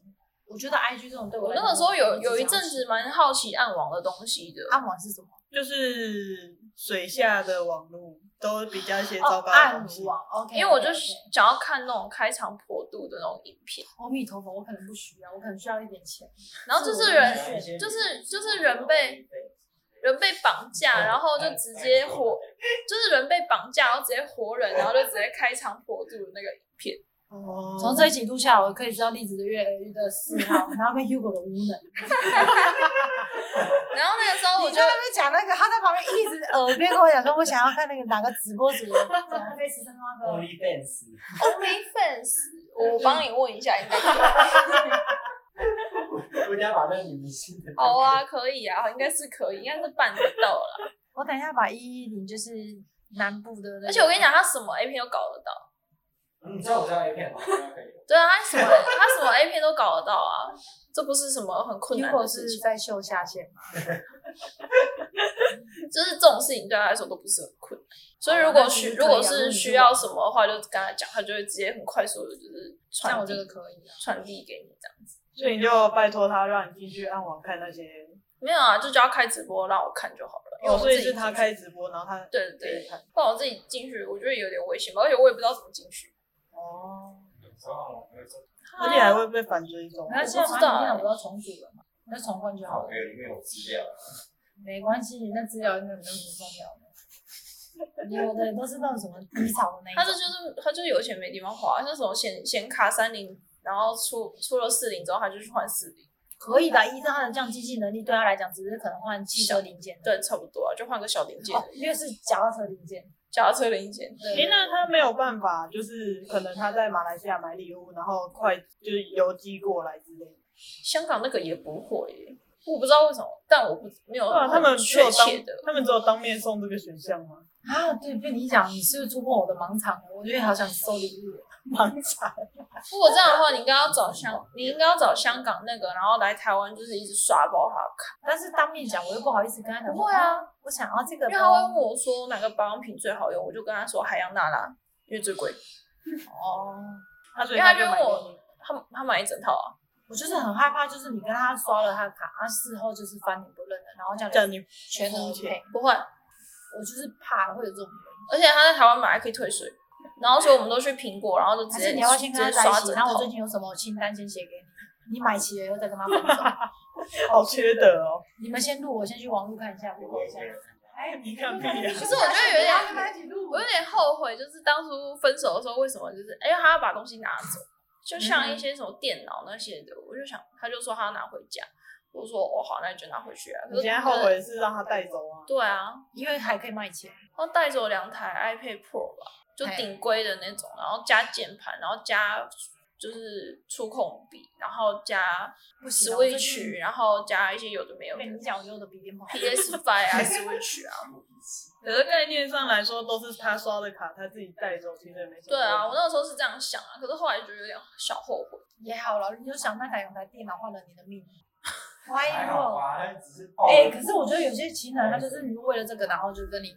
[SPEAKER 2] 我觉得 IG 这种对
[SPEAKER 1] 我
[SPEAKER 2] 来
[SPEAKER 1] 那
[SPEAKER 2] 讲
[SPEAKER 1] 个时候有有一
[SPEAKER 2] 就是
[SPEAKER 1] 阵
[SPEAKER 2] 这样啊
[SPEAKER 1] 子蛮好奇暗网的东西的，
[SPEAKER 2] 暗网是什么？
[SPEAKER 4] 就是水下的网络都比较一些糟
[SPEAKER 2] 哦，
[SPEAKER 4] 糕的
[SPEAKER 2] 暗
[SPEAKER 4] 东西。
[SPEAKER 2] 网，OK。
[SPEAKER 1] 因为我就是想要看那种开肠破肚的那种影片，
[SPEAKER 2] 阿弥陀佛，我可能不需要，我可能需要一点钱。
[SPEAKER 1] 然后就是人就是就是人被人被绑架，然后就直接活，就是人被绑架，然后直接活人，然后就直接开肠破肚的那个影片。嗯
[SPEAKER 4] 哦
[SPEAKER 2] 从这一集录下来，我可以知道栗子的月儿的嗜 好，然后跟 Hugo 的无能。
[SPEAKER 1] 然后那个时候我
[SPEAKER 5] 你
[SPEAKER 1] 就
[SPEAKER 5] 在那边讲那个，他在旁边一直耳边跟我讲说，我想要看那个哪个直播 主的。
[SPEAKER 2] 贝斯生花
[SPEAKER 3] Only Fans，
[SPEAKER 1] OnlyFans，我帮你问一下，应该可以
[SPEAKER 3] 我一天把那女明星的
[SPEAKER 1] 好啊，可以啊，应该是可以，应该是办得到了。
[SPEAKER 2] 我等一下把一一零就是南部的那个，
[SPEAKER 1] 而且我跟你讲，他什么 A 片都搞得到。
[SPEAKER 3] 嗯，你知道我知道 A 片吗？应该可以。
[SPEAKER 1] 对啊，他什么他什么 A 片都搞得到啊，这不是什么很困难的
[SPEAKER 2] ，Hugo
[SPEAKER 1] 事
[SPEAKER 2] 是
[SPEAKER 1] 情，
[SPEAKER 2] 在秀下限嘛，
[SPEAKER 1] 就是这种事情对他来说都不是很困难。所以如
[SPEAKER 2] 好
[SPEAKER 1] 果
[SPEAKER 2] 那
[SPEAKER 1] 需
[SPEAKER 2] 你
[SPEAKER 1] 如
[SPEAKER 2] 可以啊
[SPEAKER 1] 果
[SPEAKER 2] 如果
[SPEAKER 1] 是
[SPEAKER 2] 你
[SPEAKER 1] 需
[SPEAKER 2] 是
[SPEAKER 1] 要什么的话，就跟他讲，他就会直接很快速的，就是
[SPEAKER 2] 这样
[SPEAKER 1] 传
[SPEAKER 2] 我觉得
[SPEAKER 1] 递
[SPEAKER 2] 可以啊。
[SPEAKER 1] 传递给你这样子。
[SPEAKER 4] 所以你就拜托他让你进去暗网看那些，
[SPEAKER 1] 没有啊，就叫他开直播让我看就好了，因为我
[SPEAKER 4] 哦，所以
[SPEAKER 1] 自己
[SPEAKER 4] 是他
[SPEAKER 1] 进去
[SPEAKER 4] 开直播，然后他
[SPEAKER 1] 对对
[SPEAKER 4] 给你
[SPEAKER 1] 对，
[SPEAKER 4] 看。
[SPEAKER 1] 不然我自己进去，我觉得有点危险吧，而且我也不知道怎么进去。
[SPEAKER 4] 哦，
[SPEAKER 3] 有时候我没有做
[SPEAKER 4] 而且还会被反追踪。
[SPEAKER 2] 那现在马
[SPEAKER 1] 欸
[SPEAKER 2] 里面不要重组了嘛，那重换就好了
[SPEAKER 3] 好的，，因为有资料。
[SPEAKER 2] 没关系，那资料那没有什么重要的。有的都是那种什么低潮的那一
[SPEAKER 1] 他这就
[SPEAKER 2] 种，
[SPEAKER 1] 是他就是有钱没地方花，像什么显显卡三零，然后出出了四零之后，他就去换四零，
[SPEAKER 2] 可以的。依照他的这样经济能力，对他来讲，只是可能换汽车零件的，
[SPEAKER 1] 对，差不多啊，就换个小零件
[SPEAKER 2] 哦，，因为是脚踏车零件。
[SPEAKER 1] 脚踏车零件。
[SPEAKER 2] 对
[SPEAKER 4] 哎、那他没有办法，就是可能他在马来西亚买礼物，然后快就是邮寄过来之类的。
[SPEAKER 1] 香港那个也不会耶、我不知道为什么，但我不没有
[SPEAKER 4] 对啊，他们只
[SPEAKER 1] 确
[SPEAKER 4] 有当
[SPEAKER 1] 切的，
[SPEAKER 4] 他们只有当面送这个选项吗？
[SPEAKER 2] 啊，对，被你讲，你是不是突破我的盲场了？我觉得好想收礼物。
[SPEAKER 4] 盲场，
[SPEAKER 1] 如果这样的话，你应该要找香，你应该要找香港那个，然后来台湾就是一直刷爆他看，
[SPEAKER 2] 但是当面讲，我又不好意思跟他讲。
[SPEAKER 1] 不会啊，
[SPEAKER 2] 我想要这个
[SPEAKER 1] 因
[SPEAKER 2] 包。
[SPEAKER 1] 为他会问我说哪个保养品最好用，我就跟他说海洋娜拉，因为最贵。
[SPEAKER 2] 哦，
[SPEAKER 4] 他所以
[SPEAKER 1] 因为他
[SPEAKER 4] 就
[SPEAKER 1] 就
[SPEAKER 4] 买
[SPEAKER 1] 问我
[SPEAKER 4] 给你
[SPEAKER 1] 他他买一整套啊，
[SPEAKER 2] 我就是很害怕，就是你跟他刷了他的卡，他事后就是翻脸不认人，然后叫
[SPEAKER 4] 叫
[SPEAKER 2] 你
[SPEAKER 4] 你
[SPEAKER 2] 全额
[SPEAKER 4] 付
[SPEAKER 2] 赔
[SPEAKER 4] 钱。
[SPEAKER 1] 不会，
[SPEAKER 2] 我就是怕会有这种人。
[SPEAKER 1] 而且他在台湾买还可以退税，然后所以我们都去苹果，然后就直
[SPEAKER 2] 还
[SPEAKER 1] 接
[SPEAKER 2] 是你要不要先跟他
[SPEAKER 1] 直接
[SPEAKER 2] 在一
[SPEAKER 1] 刷
[SPEAKER 2] 起？
[SPEAKER 1] 整
[SPEAKER 2] 然后我
[SPEAKER 1] 套
[SPEAKER 2] 最。近有什么清单先写给你，你买齐了以后再跟他分手。
[SPEAKER 4] 好缺德哦！
[SPEAKER 2] 你们先录，我先去网络看一下，我看一下。
[SPEAKER 5] 哎，
[SPEAKER 4] 你看屁啊呀
[SPEAKER 1] 可是我觉得有点
[SPEAKER 5] 要跟他一起录
[SPEAKER 1] 我有点后悔，就是当初分手的时候，为什么就是哎、他要把东西拿走，就
[SPEAKER 2] 嗯
[SPEAKER 1] 像一些什么电脑那些的，我就想他就说他要拿回家，我就说哦好，那你就拿回去啊。可
[SPEAKER 4] 你
[SPEAKER 1] 是
[SPEAKER 4] 现在后悔是让他带走啊？
[SPEAKER 1] 对啊，
[SPEAKER 2] 因为还可以卖钱。
[SPEAKER 1] 然后带走两台 iPad Pro 吧，就
[SPEAKER 2] 哎
[SPEAKER 1] 顶规的那种，然后加键盘，然后加就是触控笔，然后加
[SPEAKER 2] 不行啊我最
[SPEAKER 1] Switch，
[SPEAKER 2] 近
[SPEAKER 1] 然后加一些有的没有的
[SPEAKER 2] 被你讲，我用的笔电不好。
[SPEAKER 1] PS Five 啊 Switch 啊。
[SPEAKER 4] 可是概念上来说，都是他刷的卡，他自己带走，其实也没什么。
[SPEAKER 1] 对啊，我那个时候是这样想啊，可是后来觉得有点小后悔。
[SPEAKER 2] 也好了，你就想那台有台电脑换了你的命。哎
[SPEAKER 3] 还好
[SPEAKER 2] 呦，
[SPEAKER 3] 吧，那只是
[SPEAKER 2] 哎、
[SPEAKER 3] 哦哎
[SPEAKER 2] 可是我觉得有些情人他就是为了这个，然后就跟你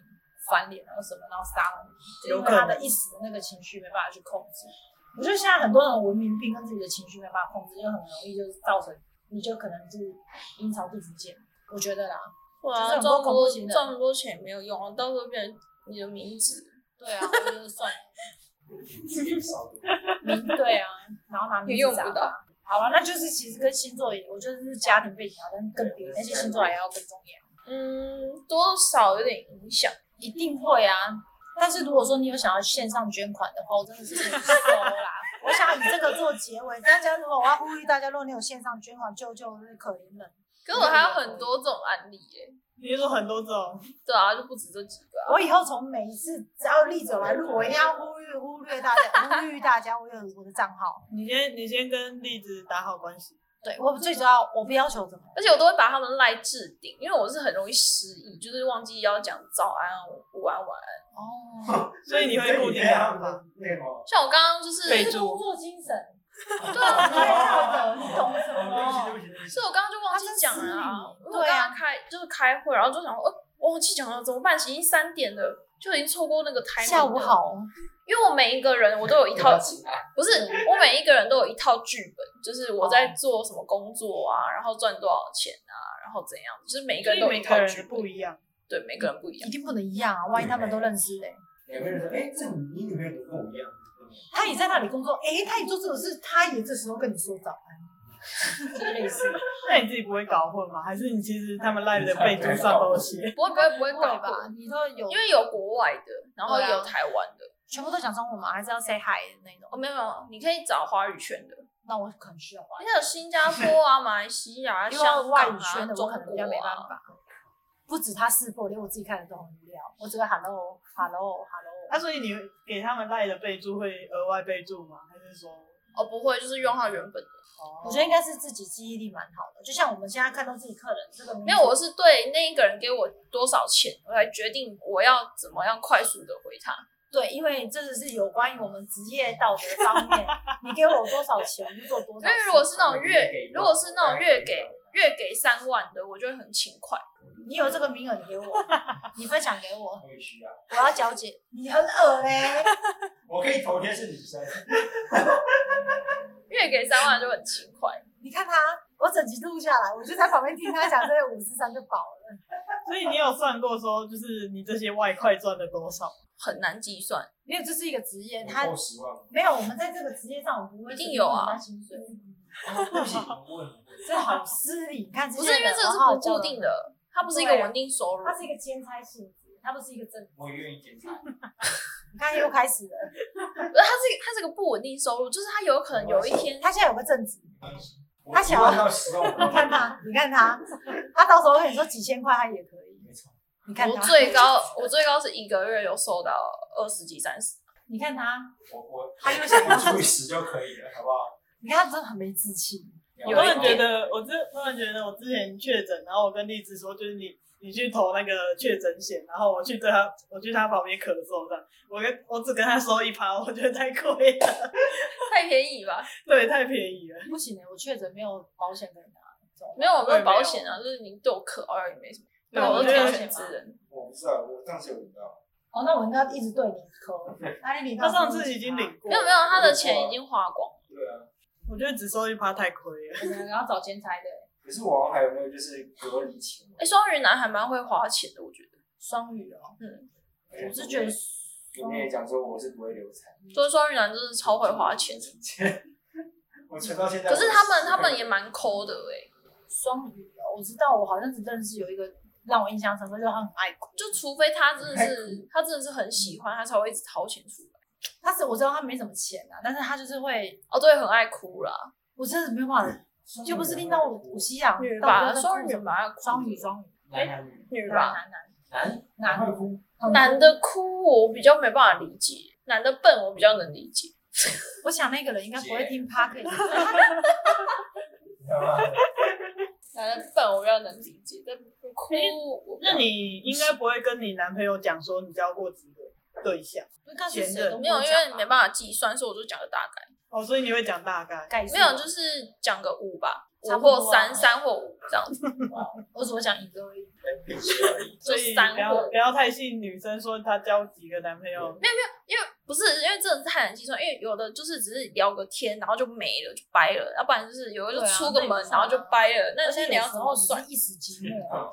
[SPEAKER 2] 翻脸，然后什么，然后杀了你，就
[SPEAKER 4] 有
[SPEAKER 2] 因
[SPEAKER 4] 可
[SPEAKER 2] 为
[SPEAKER 4] 能
[SPEAKER 2] 他的一时的那个情绪没办法去控制。我觉得现在很多人文明病跟自己的情绪没办法控制，就很容易就是造成你就可能是阴曹地府见，我觉得啦。
[SPEAKER 1] 对
[SPEAKER 2] 就是
[SPEAKER 1] 啊，
[SPEAKER 2] 很
[SPEAKER 1] 赚
[SPEAKER 2] 多
[SPEAKER 1] 那么
[SPEAKER 2] 恐怖
[SPEAKER 1] 多
[SPEAKER 2] 情人
[SPEAKER 1] 赚那么多钱也没有用啊，到时候变成你的名 字。
[SPEAKER 2] 对啊，我觉得算了，
[SPEAKER 3] 少读
[SPEAKER 2] 名对啊， 然后拿 名
[SPEAKER 1] 也用
[SPEAKER 2] 字
[SPEAKER 1] 不
[SPEAKER 2] 砸
[SPEAKER 1] 到
[SPEAKER 2] 吧。好了，那就是其实跟星座也，我觉得是家庭背景好像更比那些星座还要更重要。
[SPEAKER 1] 嗯，多少有点影响。
[SPEAKER 2] 一定会啊。但是如果说你有想要线上捐款的话，我真的是可以收啦。我想以这个做结尾，大家如果我要呼吁大家，如果你有线上捐款，救救那个可怜人。
[SPEAKER 1] 可是我还有很多这种案例耶、
[SPEAKER 4] 你是说很多这种，
[SPEAKER 1] 对啊，就不止这几个啊、
[SPEAKER 2] 我以后从每一次只要立走来录，我一定要呼吁忽略大家，呼吁大家，我有我的账号。
[SPEAKER 4] 你先你先跟栗子打好关系。
[SPEAKER 2] 对我最主要，我不要求什么，
[SPEAKER 1] 而且我都会把他们赖置顶，因为我是很容易失忆，就是忘记要讲早安、啊午安、晚安。
[SPEAKER 2] 哦，
[SPEAKER 4] 所以你会固定
[SPEAKER 3] 他
[SPEAKER 4] 他
[SPEAKER 3] 们
[SPEAKER 4] 们吗
[SPEAKER 3] 的那个什么
[SPEAKER 1] 像我刚刚就是，
[SPEAKER 4] 备
[SPEAKER 1] 对
[SPEAKER 2] 这是工作精神，
[SPEAKER 1] 啊，
[SPEAKER 2] 太道德，你懂什
[SPEAKER 3] 哦对
[SPEAKER 2] 么？
[SPEAKER 3] 不起对不起对不起
[SPEAKER 1] 所以我刚刚就忘记讲了啊因
[SPEAKER 2] 他真失。忆
[SPEAKER 1] 为我刚刚开就是开会，然后就想说，呃，我忘记讲了，怎么办？已经三点了，就已经错过那个 time。
[SPEAKER 2] 下午，好，
[SPEAKER 1] 因为我每一个人我都有一套
[SPEAKER 3] 请啊，
[SPEAKER 1] 不是，我每一个人都有一套剧本，就是我在做什么工作啊，然后赚多少钱啊，然后怎样，就是每一个人
[SPEAKER 4] 所以
[SPEAKER 1] 都有一
[SPEAKER 4] 每
[SPEAKER 1] 套
[SPEAKER 4] 个
[SPEAKER 1] 剧
[SPEAKER 4] 人
[SPEAKER 1] 本
[SPEAKER 4] 不，一样。
[SPEAKER 1] 对，每个人不一
[SPEAKER 2] 一
[SPEAKER 1] 样。
[SPEAKER 2] 定不能一样啊！万一他们都认识嘞、
[SPEAKER 3] 两个人说，哎，这你女朋友怎么跟我一样？
[SPEAKER 2] 他也在那里工作，哎、他也做这种事，他也这时候跟你说早安，就类似。
[SPEAKER 4] 那你自己不会搞混吗？还是你其实他们赖的备注上都有写？
[SPEAKER 1] 不会不会不会搞混
[SPEAKER 2] 吧？你说有，
[SPEAKER 1] 因为有国外的，然后也有
[SPEAKER 2] 对啊
[SPEAKER 1] 台湾的。
[SPEAKER 2] 全部都讲中文嘛，还是要 say hi 的那
[SPEAKER 1] 哦，
[SPEAKER 2] 种？
[SPEAKER 1] 没有没有，你可以找华语圈的，
[SPEAKER 2] 那我可能需要
[SPEAKER 1] 你还有新加坡 啊、马来西亚、啊、
[SPEAKER 2] 因为
[SPEAKER 1] 香
[SPEAKER 2] 外
[SPEAKER 1] 港
[SPEAKER 2] 语圈
[SPEAKER 1] 啊、
[SPEAKER 2] 的
[SPEAKER 1] 中
[SPEAKER 2] 我可能比较没
[SPEAKER 1] 国
[SPEAKER 2] 办
[SPEAKER 1] 啊。
[SPEAKER 2] 法。不止他识破，连我自己看的都很无聊，我只会 hello
[SPEAKER 4] 啊
[SPEAKER 2] 啊 hello hello。
[SPEAKER 4] 那、所以你给他们赖的备注会额外备注吗？还是说
[SPEAKER 1] 哦，不会，就是用他原本的。
[SPEAKER 2] 我觉得应该是自己记忆力蛮好的，就像我们现在看到自己客人这个名字
[SPEAKER 1] 没有，我是对那一个人给我多少钱，我来决定我要怎么样快速的回他。
[SPEAKER 2] 对，因为这个是有关于我们职业道德方面，你给我多少钱，我就做多少
[SPEAKER 1] 因
[SPEAKER 2] 事。
[SPEAKER 1] 为如果是那种月，如果是那种月给月给三万的，我就会很勤快。
[SPEAKER 2] 你有这个名额，你给我，你分享给我，
[SPEAKER 3] 我也需要，
[SPEAKER 2] 我要交接。
[SPEAKER 5] 你很恶
[SPEAKER 2] 欸
[SPEAKER 5] 嘞，
[SPEAKER 3] 我可以头天是女生，
[SPEAKER 1] 月给三万就很勤快，
[SPEAKER 5] 你看他，我整集录下来，我就在旁边听他讲这个五十三就饱了。
[SPEAKER 4] 所以你有算过说，就是你这些外快赚了多少？
[SPEAKER 1] 很难计算。
[SPEAKER 2] 没有，这是一个职业，他
[SPEAKER 3] 我
[SPEAKER 4] 哦
[SPEAKER 3] 够十万吗？
[SPEAKER 2] 没有。我们在这个职业上，我不会
[SPEAKER 1] 一定有啊
[SPEAKER 2] 随便给他薪
[SPEAKER 3] 不行，我问你，
[SPEAKER 2] 水，这好失 礼。你看，
[SPEAKER 1] 不是因为这个是不固定，的，它不是一个
[SPEAKER 2] 对啊
[SPEAKER 1] 稳定收入
[SPEAKER 2] 它。是一个兼差性质，它不是一个正。
[SPEAKER 3] 我愿意检查。
[SPEAKER 2] 你看又开始了，
[SPEAKER 1] 不是，它是一个它是个不稳定收入，就是它有可能有一天，
[SPEAKER 2] 他现在有个正职，
[SPEAKER 3] 我
[SPEAKER 2] 他想
[SPEAKER 3] 一万到十万，
[SPEAKER 2] 你看他，你看他，他到时候跟你说几千块，他也可以。
[SPEAKER 3] 没错，
[SPEAKER 2] 你看
[SPEAKER 1] 我
[SPEAKER 2] 他，
[SPEAKER 1] 最高我最高是一个月有收到二十几三十，
[SPEAKER 2] 你看他，
[SPEAKER 3] 我我
[SPEAKER 2] 他又想
[SPEAKER 3] 我除以十就可以了，好不好？
[SPEAKER 2] 你看他真的很没志气。
[SPEAKER 4] 我
[SPEAKER 1] 有
[SPEAKER 4] 突
[SPEAKER 1] 一
[SPEAKER 4] 然觉
[SPEAKER 1] 点
[SPEAKER 4] 得，我之突然觉得我之前确诊，然后我跟荔枝说，就是你你去投那个确诊险，然后我去对他，我去他旁边咳嗽这样，我跟我只跟他收一趴，我觉得太贵了，
[SPEAKER 1] 太便宜吧？
[SPEAKER 4] 对，太便宜了。
[SPEAKER 2] 不行欸的，我确诊没有保险可啊以拿。
[SPEAKER 1] 没有，我没
[SPEAKER 4] 对没
[SPEAKER 1] 有
[SPEAKER 4] 有
[SPEAKER 1] 保险啊，就是你对我可好像也没什么，
[SPEAKER 4] 对
[SPEAKER 1] 对我
[SPEAKER 4] 我
[SPEAKER 1] 都
[SPEAKER 4] 觉得
[SPEAKER 1] 天选之人。
[SPEAKER 3] 我不知道，我上次有领到，
[SPEAKER 2] 哦，那我应该一直对你咳。 哪里领到
[SPEAKER 4] 他
[SPEAKER 2] 什么
[SPEAKER 4] 上
[SPEAKER 2] 东西啊？
[SPEAKER 4] 次已经领过，
[SPEAKER 1] 没有没有，他的钱已经花光了。
[SPEAKER 3] 对啊。
[SPEAKER 4] 我觉得只收一趴太亏了。
[SPEAKER 2] 我们要找兼差的。
[SPEAKER 3] 可是我还有没有就是隔离期？
[SPEAKER 1] 哎，双鱼男还蛮会花钱的，我觉得。
[SPEAKER 2] 双语哦，
[SPEAKER 3] 我
[SPEAKER 2] 我是觉得
[SPEAKER 3] 我们也讲说我是不会流产，
[SPEAKER 1] 所以双鱼男真的嗯超会花钱，
[SPEAKER 3] 我存到现在。
[SPEAKER 1] 可是他们他们也蛮抠的哎、
[SPEAKER 2] 双语哦，我知道，我好像只认识有一个让我印象深刻，就是他很爱哭。
[SPEAKER 1] 就除非他真的是他真的是很喜欢，他才会一直掏钱出来。
[SPEAKER 2] 他是我知道他没什么钱啊，但是他就是会，
[SPEAKER 1] 哦，对，很爱哭啦，
[SPEAKER 2] 我真的是没办法，就不是听到我我心想，
[SPEAKER 1] 女
[SPEAKER 2] 到
[SPEAKER 1] 吧，
[SPEAKER 2] 底在哭
[SPEAKER 1] 双
[SPEAKER 2] 什
[SPEAKER 1] 鱼
[SPEAKER 2] 么
[SPEAKER 1] 吧，
[SPEAKER 2] 双语双语，
[SPEAKER 3] 男男女
[SPEAKER 1] 女
[SPEAKER 2] 对
[SPEAKER 1] 吧，
[SPEAKER 2] 男男
[SPEAKER 3] 男
[SPEAKER 1] 啊
[SPEAKER 2] 男
[SPEAKER 3] 会哭，
[SPEAKER 2] 很
[SPEAKER 1] 男的哭我比较没办法理解，男的笨我比较能理解。
[SPEAKER 2] 我想那个人应该不会听 p a r k
[SPEAKER 1] 男的笨我比较
[SPEAKER 3] 你知道吗？
[SPEAKER 1] 能理解，但
[SPEAKER 2] 哎
[SPEAKER 1] 哭我
[SPEAKER 4] 那你应该不会跟你男朋友讲说你交过几个对象
[SPEAKER 2] 应该是谁都
[SPEAKER 1] 没有，因为你没
[SPEAKER 2] 法
[SPEAKER 1] 办法计算，所以我就讲个大概。
[SPEAKER 4] 哦，所以你会讲大概。
[SPEAKER 2] 概述
[SPEAKER 1] 没有，就是讲个五吧，五
[SPEAKER 2] 差不多啊
[SPEAKER 1] 或三，三或五这样子，
[SPEAKER 2] 我只会讲一个而已。
[SPEAKER 3] 必须而已。
[SPEAKER 1] 就
[SPEAKER 4] 所以
[SPEAKER 1] 三
[SPEAKER 4] 不要
[SPEAKER 1] 或
[SPEAKER 4] 不要太信女生说她交几个男朋友，
[SPEAKER 1] 因为不是因为真的是太难计算，因为有的就是只是聊个天，然后就没了，就掰了；要不然就是有的就
[SPEAKER 2] 对啊
[SPEAKER 1] 出个
[SPEAKER 2] 那也
[SPEAKER 1] 门，
[SPEAKER 2] 不算
[SPEAKER 1] 然后就
[SPEAKER 2] 啊
[SPEAKER 1] 掰了。那
[SPEAKER 2] 而
[SPEAKER 1] 现在
[SPEAKER 2] 且
[SPEAKER 1] 你
[SPEAKER 2] 有
[SPEAKER 1] 要
[SPEAKER 2] 时
[SPEAKER 1] 怎
[SPEAKER 2] 候
[SPEAKER 1] 么
[SPEAKER 2] 只
[SPEAKER 1] 算
[SPEAKER 2] 是？一时寂寞，啊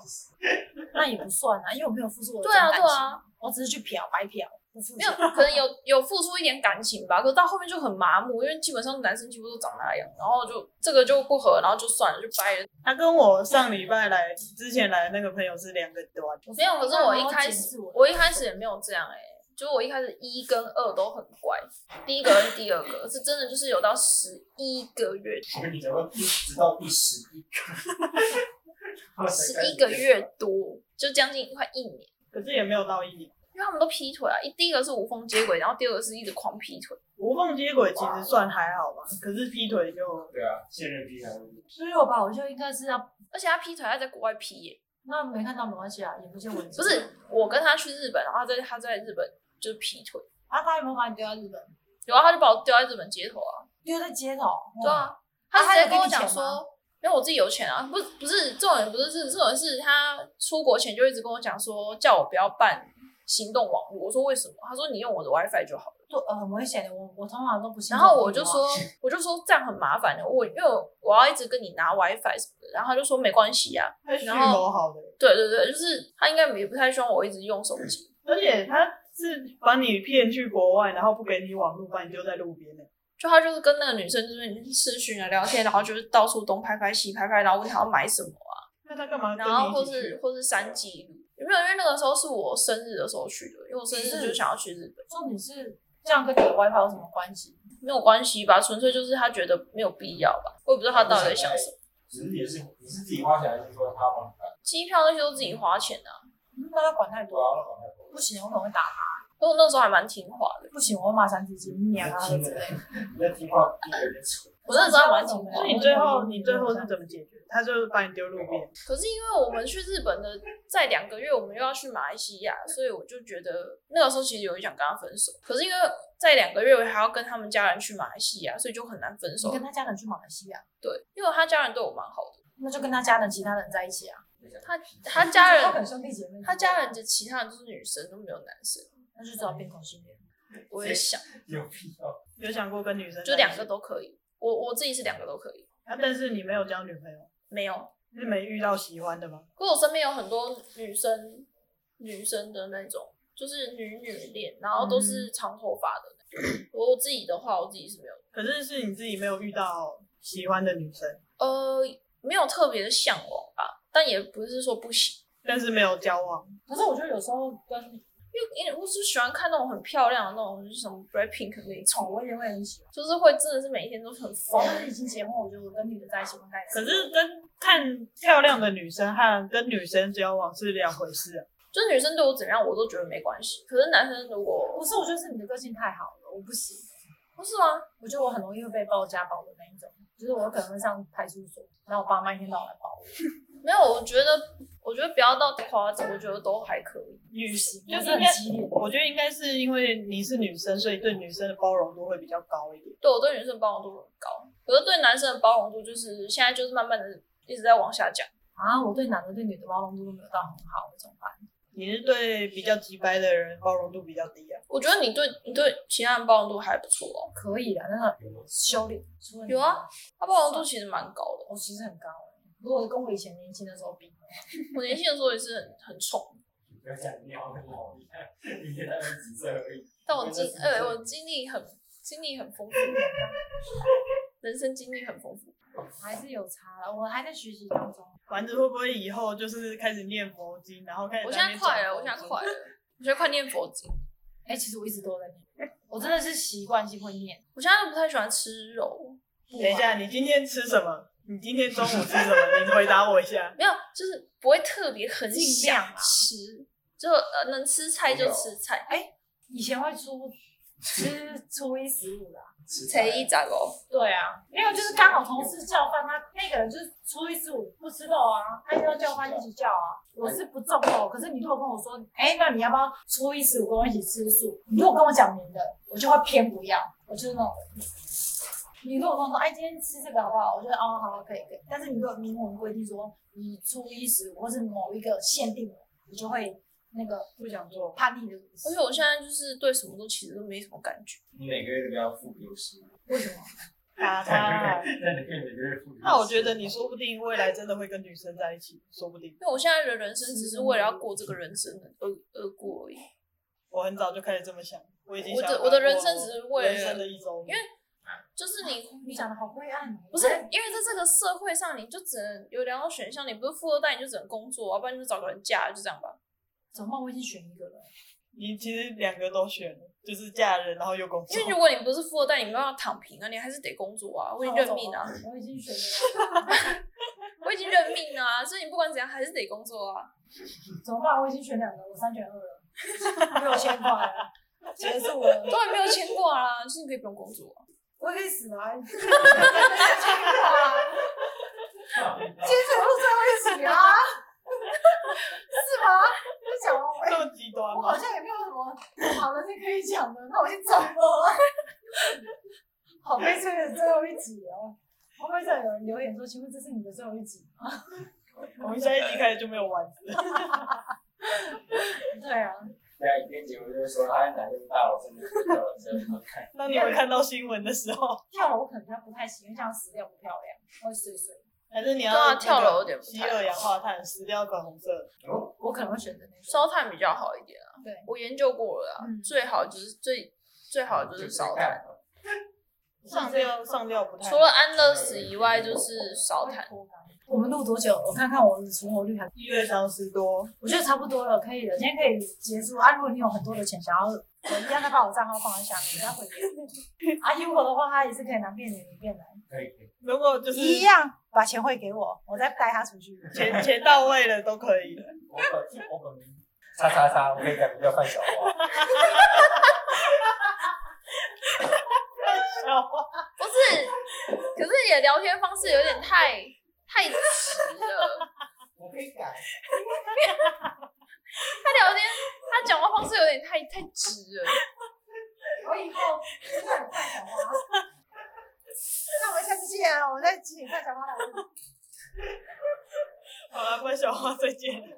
[SPEAKER 2] 那也不算啊，因为我没有付出我的
[SPEAKER 1] 对啊对
[SPEAKER 2] 真感情
[SPEAKER 1] 啊，
[SPEAKER 2] 我只是去嫖白嫖，不付
[SPEAKER 1] 没有，可能有 有付出一点感情吧，可是到后面就很麻木，因为基本上男生几乎都长那样，然后就这个就不合，然后就算了，就掰了。
[SPEAKER 4] 他跟我上礼拜来之前来的那个朋友是两个端，
[SPEAKER 1] 没有，可是我一开
[SPEAKER 2] 那我要检
[SPEAKER 1] 始
[SPEAKER 2] 视我的
[SPEAKER 1] 我一开始也没有这样哎、就是我一开始一跟二都很乖，第一个跟第二个是真的就是有到十一个月，
[SPEAKER 3] 我跟你讲说，直到第十一个，
[SPEAKER 1] 十一个月多，就将近快一年。
[SPEAKER 4] 可是也没有到一年。
[SPEAKER 1] 因为他们都劈腿啊，一第一个是无缝接轨，然后第二个是一直狂劈腿。
[SPEAKER 4] 无缝接轨其实算还好吧，
[SPEAKER 1] 嗯
[SPEAKER 4] 可是劈腿就
[SPEAKER 3] 对啊，现任批男，
[SPEAKER 2] 所以我吧，我就应该是要，
[SPEAKER 1] 而且他劈腿，他在国外劈耶、
[SPEAKER 2] 那没看到没关系啊，也不见文字。
[SPEAKER 1] 不是我跟他去日本，然后他在他在日本就是劈腿，
[SPEAKER 2] 啊，他有没有把你丢到日本？
[SPEAKER 1] 然啊后他就把我丢在日本街头啊，
[SPEAKER 2] 丢在街头？
[SPEAKER 1] 对
[SPEAKER 2] 哇，
[SPEAKER 1] 啊，他直
[SPEAKER 2] 他有
[SPEAKER 1] 接跟
[SPEAKER 2] 给
[SPEAKER 1] 我
[SPEAKER 2] 你
[SPEAKER 1] 讲
[SPEAKER 2] 钱吗
[SPEAKER 1] 说，因为我自己有钱啊，不不是这种人，不是是这种人是他出国前就一直跟我讲说，叫我不要办行动网络，我说为什么？他说你用我的 WiFi 就好了，
[SPEAKER 2] 对，呃，很危险的，我我通常都不信
[SPEAKER 1] 然
[SPEAKER 2] 这种话。
[SPEAKER 1] 后我就说
[SPEAKER 2] 啊
[SPEAKER 1] 我就说这样很麻烦的，我因为我我要一直跟你拿 WiFi 什么的，然后他就说没关系啊，
[SPEAKER 4] 他蓄
[SPEAKER 1] 然后
[SPEAKER 4] 谋好的，
[SPEAKER 1] 对对对，就是他应该也不太希望我一直用手机。
[SPEAKER 4] 而且他是把你骗去国外，然后不给你网络，把你丢在路边呢。
[SPEAKER 1] 就他就是跟那个女生就是视讯啊聊天，然后就是到处东拍拍西拍拍，然后问他要买什么啊，
[SPEAKER 4] 那他干嘛跟
[SPEAKER 1] 然后
[SPEAKER 4] 你
[SPEAKER 1] 或
[SPEAKER 4] 一起
[SPEAKER 1] 是
[SPEAKER 4] 去？
[SPEAKER 1] 或是删记录，有没有？因为那个时候是我生日的时候去的，因为我生
[SPEAKER 4] 嗯
[SPEAKER 1] 日就想要去日本，
[SPEAKER 2] 重点是这样跟你的 WiFi 有什么关系？
[SPEAKER 1] 没有关系吧，纯粹就是他觉得没有必要吧，我也不知道他到底在想什么。
[SPEAKER 3] 只是也是你是自己花钱还是说他帮你办？
[SPEAKER 1] 机票那些都自己花钱的、啊，
[SPEAKER 2] 嗯那他管太
[SPEAKER 3] 对
[SPEAKER 2] 多，
[SPEAKER 3] 啊，
[SPEAKER 2] 不行，我可能会打他。
[SPEAKER 1] 可我那时候还蛮听话的，
[SPEAKER 2] 不行，我骂三字经、娘啊之类的。
[SPEAKER 3] 你在听话听得有点丑，
[SPEAKER 1] 我那时候还蛮听
[SPEAKER 2] 我
[SPEAKER 1] 话
[SPEAKER 4] 那
[SPEAKER 2] 们
[SPEAKER 1] 的。
[SPEAKER 4] 你最后你最后是怎么解决？他就把你丢路边，
[SPEAKER 1] 可是因为我们去日本的在两个月，我们又要去马来西亚，所以我就觉得那个时候其实有一想跟他分手。可是因为在两个月我还要跟他们家人去马来西亚，所以就很难分
[SPEAKER 2] 你
[SPEAKER 1] 手
[SPEAKER 2] 跟。他家人去马来西亚，
[SPEAKER 1] 对，因为他家人对我蛮好的，
[SPEAKER 2] 那就跟他家人其他人在一起啊。
[SPEAKER 1] 他他家
[SPEAKER 2] 他
[SPEAKER 1] 人
[SPEAKER 2] 跟兄弟姐妹，
[SPEAKER 1] 他家人的其他人都是女生，都没有男生。
[SPEAKER 2] 那就只好变同性恋。
[SPEAKER 1] 我也想，
[SPEAKER 3] 有必要？
[SPEAKER 4] 有想过跟女生在一起
[SPEAKER 1] 就两个，都可以。我我自己是两个都可以，
[SPEAKER 4] 啊但是你没有交女朋友，
[SPEAKER 1] 没有。
[SPEAKER 4] 是没遇到喜欢的吗？
[SPEAKER 1] 可我身边有很多女生，女生的那种，就是女女恋，然后都是长头发的那种。我自己的话，我自己是没有。
[SPEAKER 4] 可是是你自己没有遇到喜欢的女生，
[SPEAKER 1] 呃，没有特别的向往吧，但也不是说不行，
[SPEAKER 4] 但是没有交往，
[SPEAKER 2] 可是我觉得有时候跟
[SPEAKER 1] 因为因为我只喜欢看那种很漂亮的那种，就是什么 Blackpink 那
[SPEAKER 2] 哦，
[SPEAKER 1] 种，
[SPEAKER 2] 我也会很喜欢。
[SPEAKER 1] 就是会真的是每一天都很
[SPEAKER 2] 我
[SPEAKER 1] 疯。
[SPEAKER 2] 要是疫情节目，我觉得我跟女的在一起应该也
[SPEAKER 4] 可是跟看漂亮的女生和跟女生交往是两回事、啊。
[SPEAKER 1] 就是女生对我怎样，我都觉得没关系。可是男生如
[SPEAKER 2] 不
[SPEAKER 1] 果
[SPEAKER 2] 是，我觉得是你的个性太好了，我不行。
[SPEAKER 1] 不是吗？
[SPEAKER 2] 我觉得我很容易会被报家暴的那一种，就是我可能会上派出所，然后我爸妈一天到晚来抱我。
[SPEAKER 1] 没有，我觉得我觉得不要到夸张，我觉得都还可以。
[SPEAKER 4] 女性就
[SPEAKER 2] 就是是
[SPEAKER 4] 应
[SPEAKER 2] 很
[SPEAKER 4] 该，
[SPEAKER 2] 激烈。
[SPEAKER 4] 我觉得应该是因为你是女生，所以对女生的包容度会比较高一点。
[SPEAKER 1] 对我对女生的包容度很高，可是对男生的包容度就是现在就是慢慢的一直在往下降。
[SPEAKER 2] 啊，我对男的对女的包容度都没有到很好，怎么办？
[SPEAKER 4] 你是对比较直白的人包容度比较低啊？
[SPEAKER 1] 我觉得你对你对其他人包容度还不错哦，
[SPEAKER 2] 可以的，那个修炼除了你
[SPEAKER 1] 有啊，他包容度其实蛮高的。
[SPEAKER 2] 我其实很高欸、如果跟我以前年轻的时候比，
[SPEAKER 1] 我年轻的时候也是啊很很宠，
[SPEAKER 3] 你不要讲你好很好厉害，你才二十几岁而已。
[SPEAKER 1] 但我经
[SPEAKER 3] 你才二十几岁
[SPEAKER 1] 呃、我经历很经历很丰富，人生经历很丰富。
[SPEAKER 2] 还是有差了。我还在学习当中，
[SPEAKER 4] 丸子会不会以后就是开始念佛经，然后开始？
[SPEAKER 1] 我现在快了，我现在快。了，我现在快念佛经。
[SPEAKER 2] 哎、其实我一直都在念，我真的是习惯性会念。
[SPEAKER 1] 我现在都不太喜欢吃肉，
[SPEAKER 4] 等一下，你今天吃什么？你今天中午吃什么？你回答我一下。
[SPEAKER 1] 没有，就是不会特别很
[SPEAKER 2] 尽量
[SPEAKER 1] 想
[SPEAKER 2] 啊
[SPEAKER 1] 吃，就呃能吃菜就吃菜。哎，
[SPEAKER 2] 以前会初吃初一十五啦，
[SPEAKER 1] 才一咋个？
[SPEAKER 2] 对啊，没有就是刚好同事叫饭，他那个人就是初一十五不吃肉啊，他就要叫饭一起叫啊。我是不重肉，可是你如果跟我说，哎、那你要不要初一十五跟我一起吃素？你如果跟我讲明的，我就会偏不要，我就是那种人。你如果跟我说，哎，今天吃这个好不好？我就哦，好，可以，可以。但是你如果明文规定说，你初一十五或是某一个限定的，我就会那个
[SPEAKER 4] 不想做。
[SPEAKER 2] 叛逆的。
[SPEAKER 1] 而且我现在就是对什么都其实都没什么感觉。
[SPEAKER 3] 你每个月都要付六十，
[SPEAKER 2] 为 什么？
[SPEAKER 4] 打他。
[SPEAKER 3] 那你可以每个月付。
[SPEAKER 4] 那我觉得你说不定未来真的会跟女生在一起，说不定。
[SPEAKER 1] 因为我现在的人生只是哦为了要过这个人生而而过而已。
[SPEAKER 4] 我很早就开始这么想，我已经
[SPEAKER 1] 我的
[SPEAKER 4] 想好
[SPEAKER 1] 我的人生只是为了
[SPEAKER 4] 人生的一周目，
[SPEAKER 1] 因为就是你
[SPEAKER 2] 你
[SPEAKER 1] 你
[SPEAKER 2] 讲的好灰暗哦。
[SPEAKER 1] 不是，因为在这个社会上，你就只能有两种选项，你不是富二代，你就只能工作，啊要不然你就找个人嫁，就这样吧。
[SPEAKER 2] 怎么办我已经选一个了。
[SPEAKER 4] 你其实两个都选了，就是嫁人然后又工
[SPEAKER 1] 因
[SPEAKER 4] 作。
[SPEAKER 1] 为如果你不是哦富二代，你没办法躺平啊，你还是得工作啊。我已经认命啊，
[SPEAKER 2] 我已经选了，
[SPEAKER 1] 我已经认命了啊，所以你不管怎样还是得工作啊。
[SPEAKER 2] 怎么办？我已经选两个，我三选二了， 没有牵挂了，结束 了，
[SPEAKER 1] 都还没有牵挂啦，就是你可以不用工作啊。
[SPEAKER 2] 我也可以死啊！ 接着
[SPEAKER 3] 得，
[SPEAKER 2] 路上会死啊？ 是吗？
[SPEAKER 5] 你讲我，哎、
[SPEAKER 4] 这么极端
[SPEAKER 5] 我好
[SPEAKER 4] 吗？
[SPEAKER 5] 像也没有什么不好的是可以讲的，那我先走了。
[SPEAKER 2] 好悲催的最后一集哦。会不会再有人留言说，请问这是你的最后一集吗？
[SPEAKER 4] 我们下一集开始就没有丸子了。
[SPEAKER 2] 对啊，
[SPEAKER 3] 那一天结婚就是说，他男的大我真的不要了，真的不看。
[SPEAKER 4] 当你们看到新闻的时候，
[SPEAKER 2] 跳楼可能他不太行，因为这样死掉不漂亮，会碎碎。
[SPEAKER 4] 还是你要
[SPEAKER 1] 对啊
[SPEAKER 4] 那个
[SPEAKER 1] 跳楼有点不太
[SPEAKER 4] 吸二氧化碳，死掉粉红色。
[SPEAKER 3] 哦，
[SPEAKER 2] 我可能会选择那种。
[SPEAKER 1] 烧炭比较好一点啊，
[SPEAKER 2] 对，
[SPEAKER 1] 我研究过了啊，
[SPEAKER 2] 嗯
[SPEAKER 1] 最好就是最最好就是烧炭，。
[SPEAKER 4] 上吊上吊嗯不太好。
[SPEAKER 1] 除了安乐死以外就是烧炭。
[SPEAKER 2] 我们录多久？我看看我的存活率还
[SPEAKER 4] 一月消失多，
[SPEAKER 2] 我觉得差不多了，可以了，今天可以结束啊。如果你有很多的钱想要，我一样再把我账号放在下面，再回给我。 啊，如果的话，他也是可以拿变脸里面来，
[SPEAKER 3] 可以可以，
[SPEAKER 4] 如果 就是
[SPEAKER 2] 一样把钱汇给我，我再带他出去。
[SPEAKER 4] 钱钱到位了都可以。
[SPEAKER 3] 我本我本名叉叉叉，我可以改名叫范小花。
[SPEAKER 1] 不是，可是你的聊天方式有点太太直了。
[SPEAKER 3] 我可以改，
[SPEAKER 1] 他聊天，他讲话方式有点太太直了。
[SPEAKER 2] 我以后不看你看小花。那我们下次见啊！我再请你看小花来。
[SPEAKER 4] 好了，关小花，再见。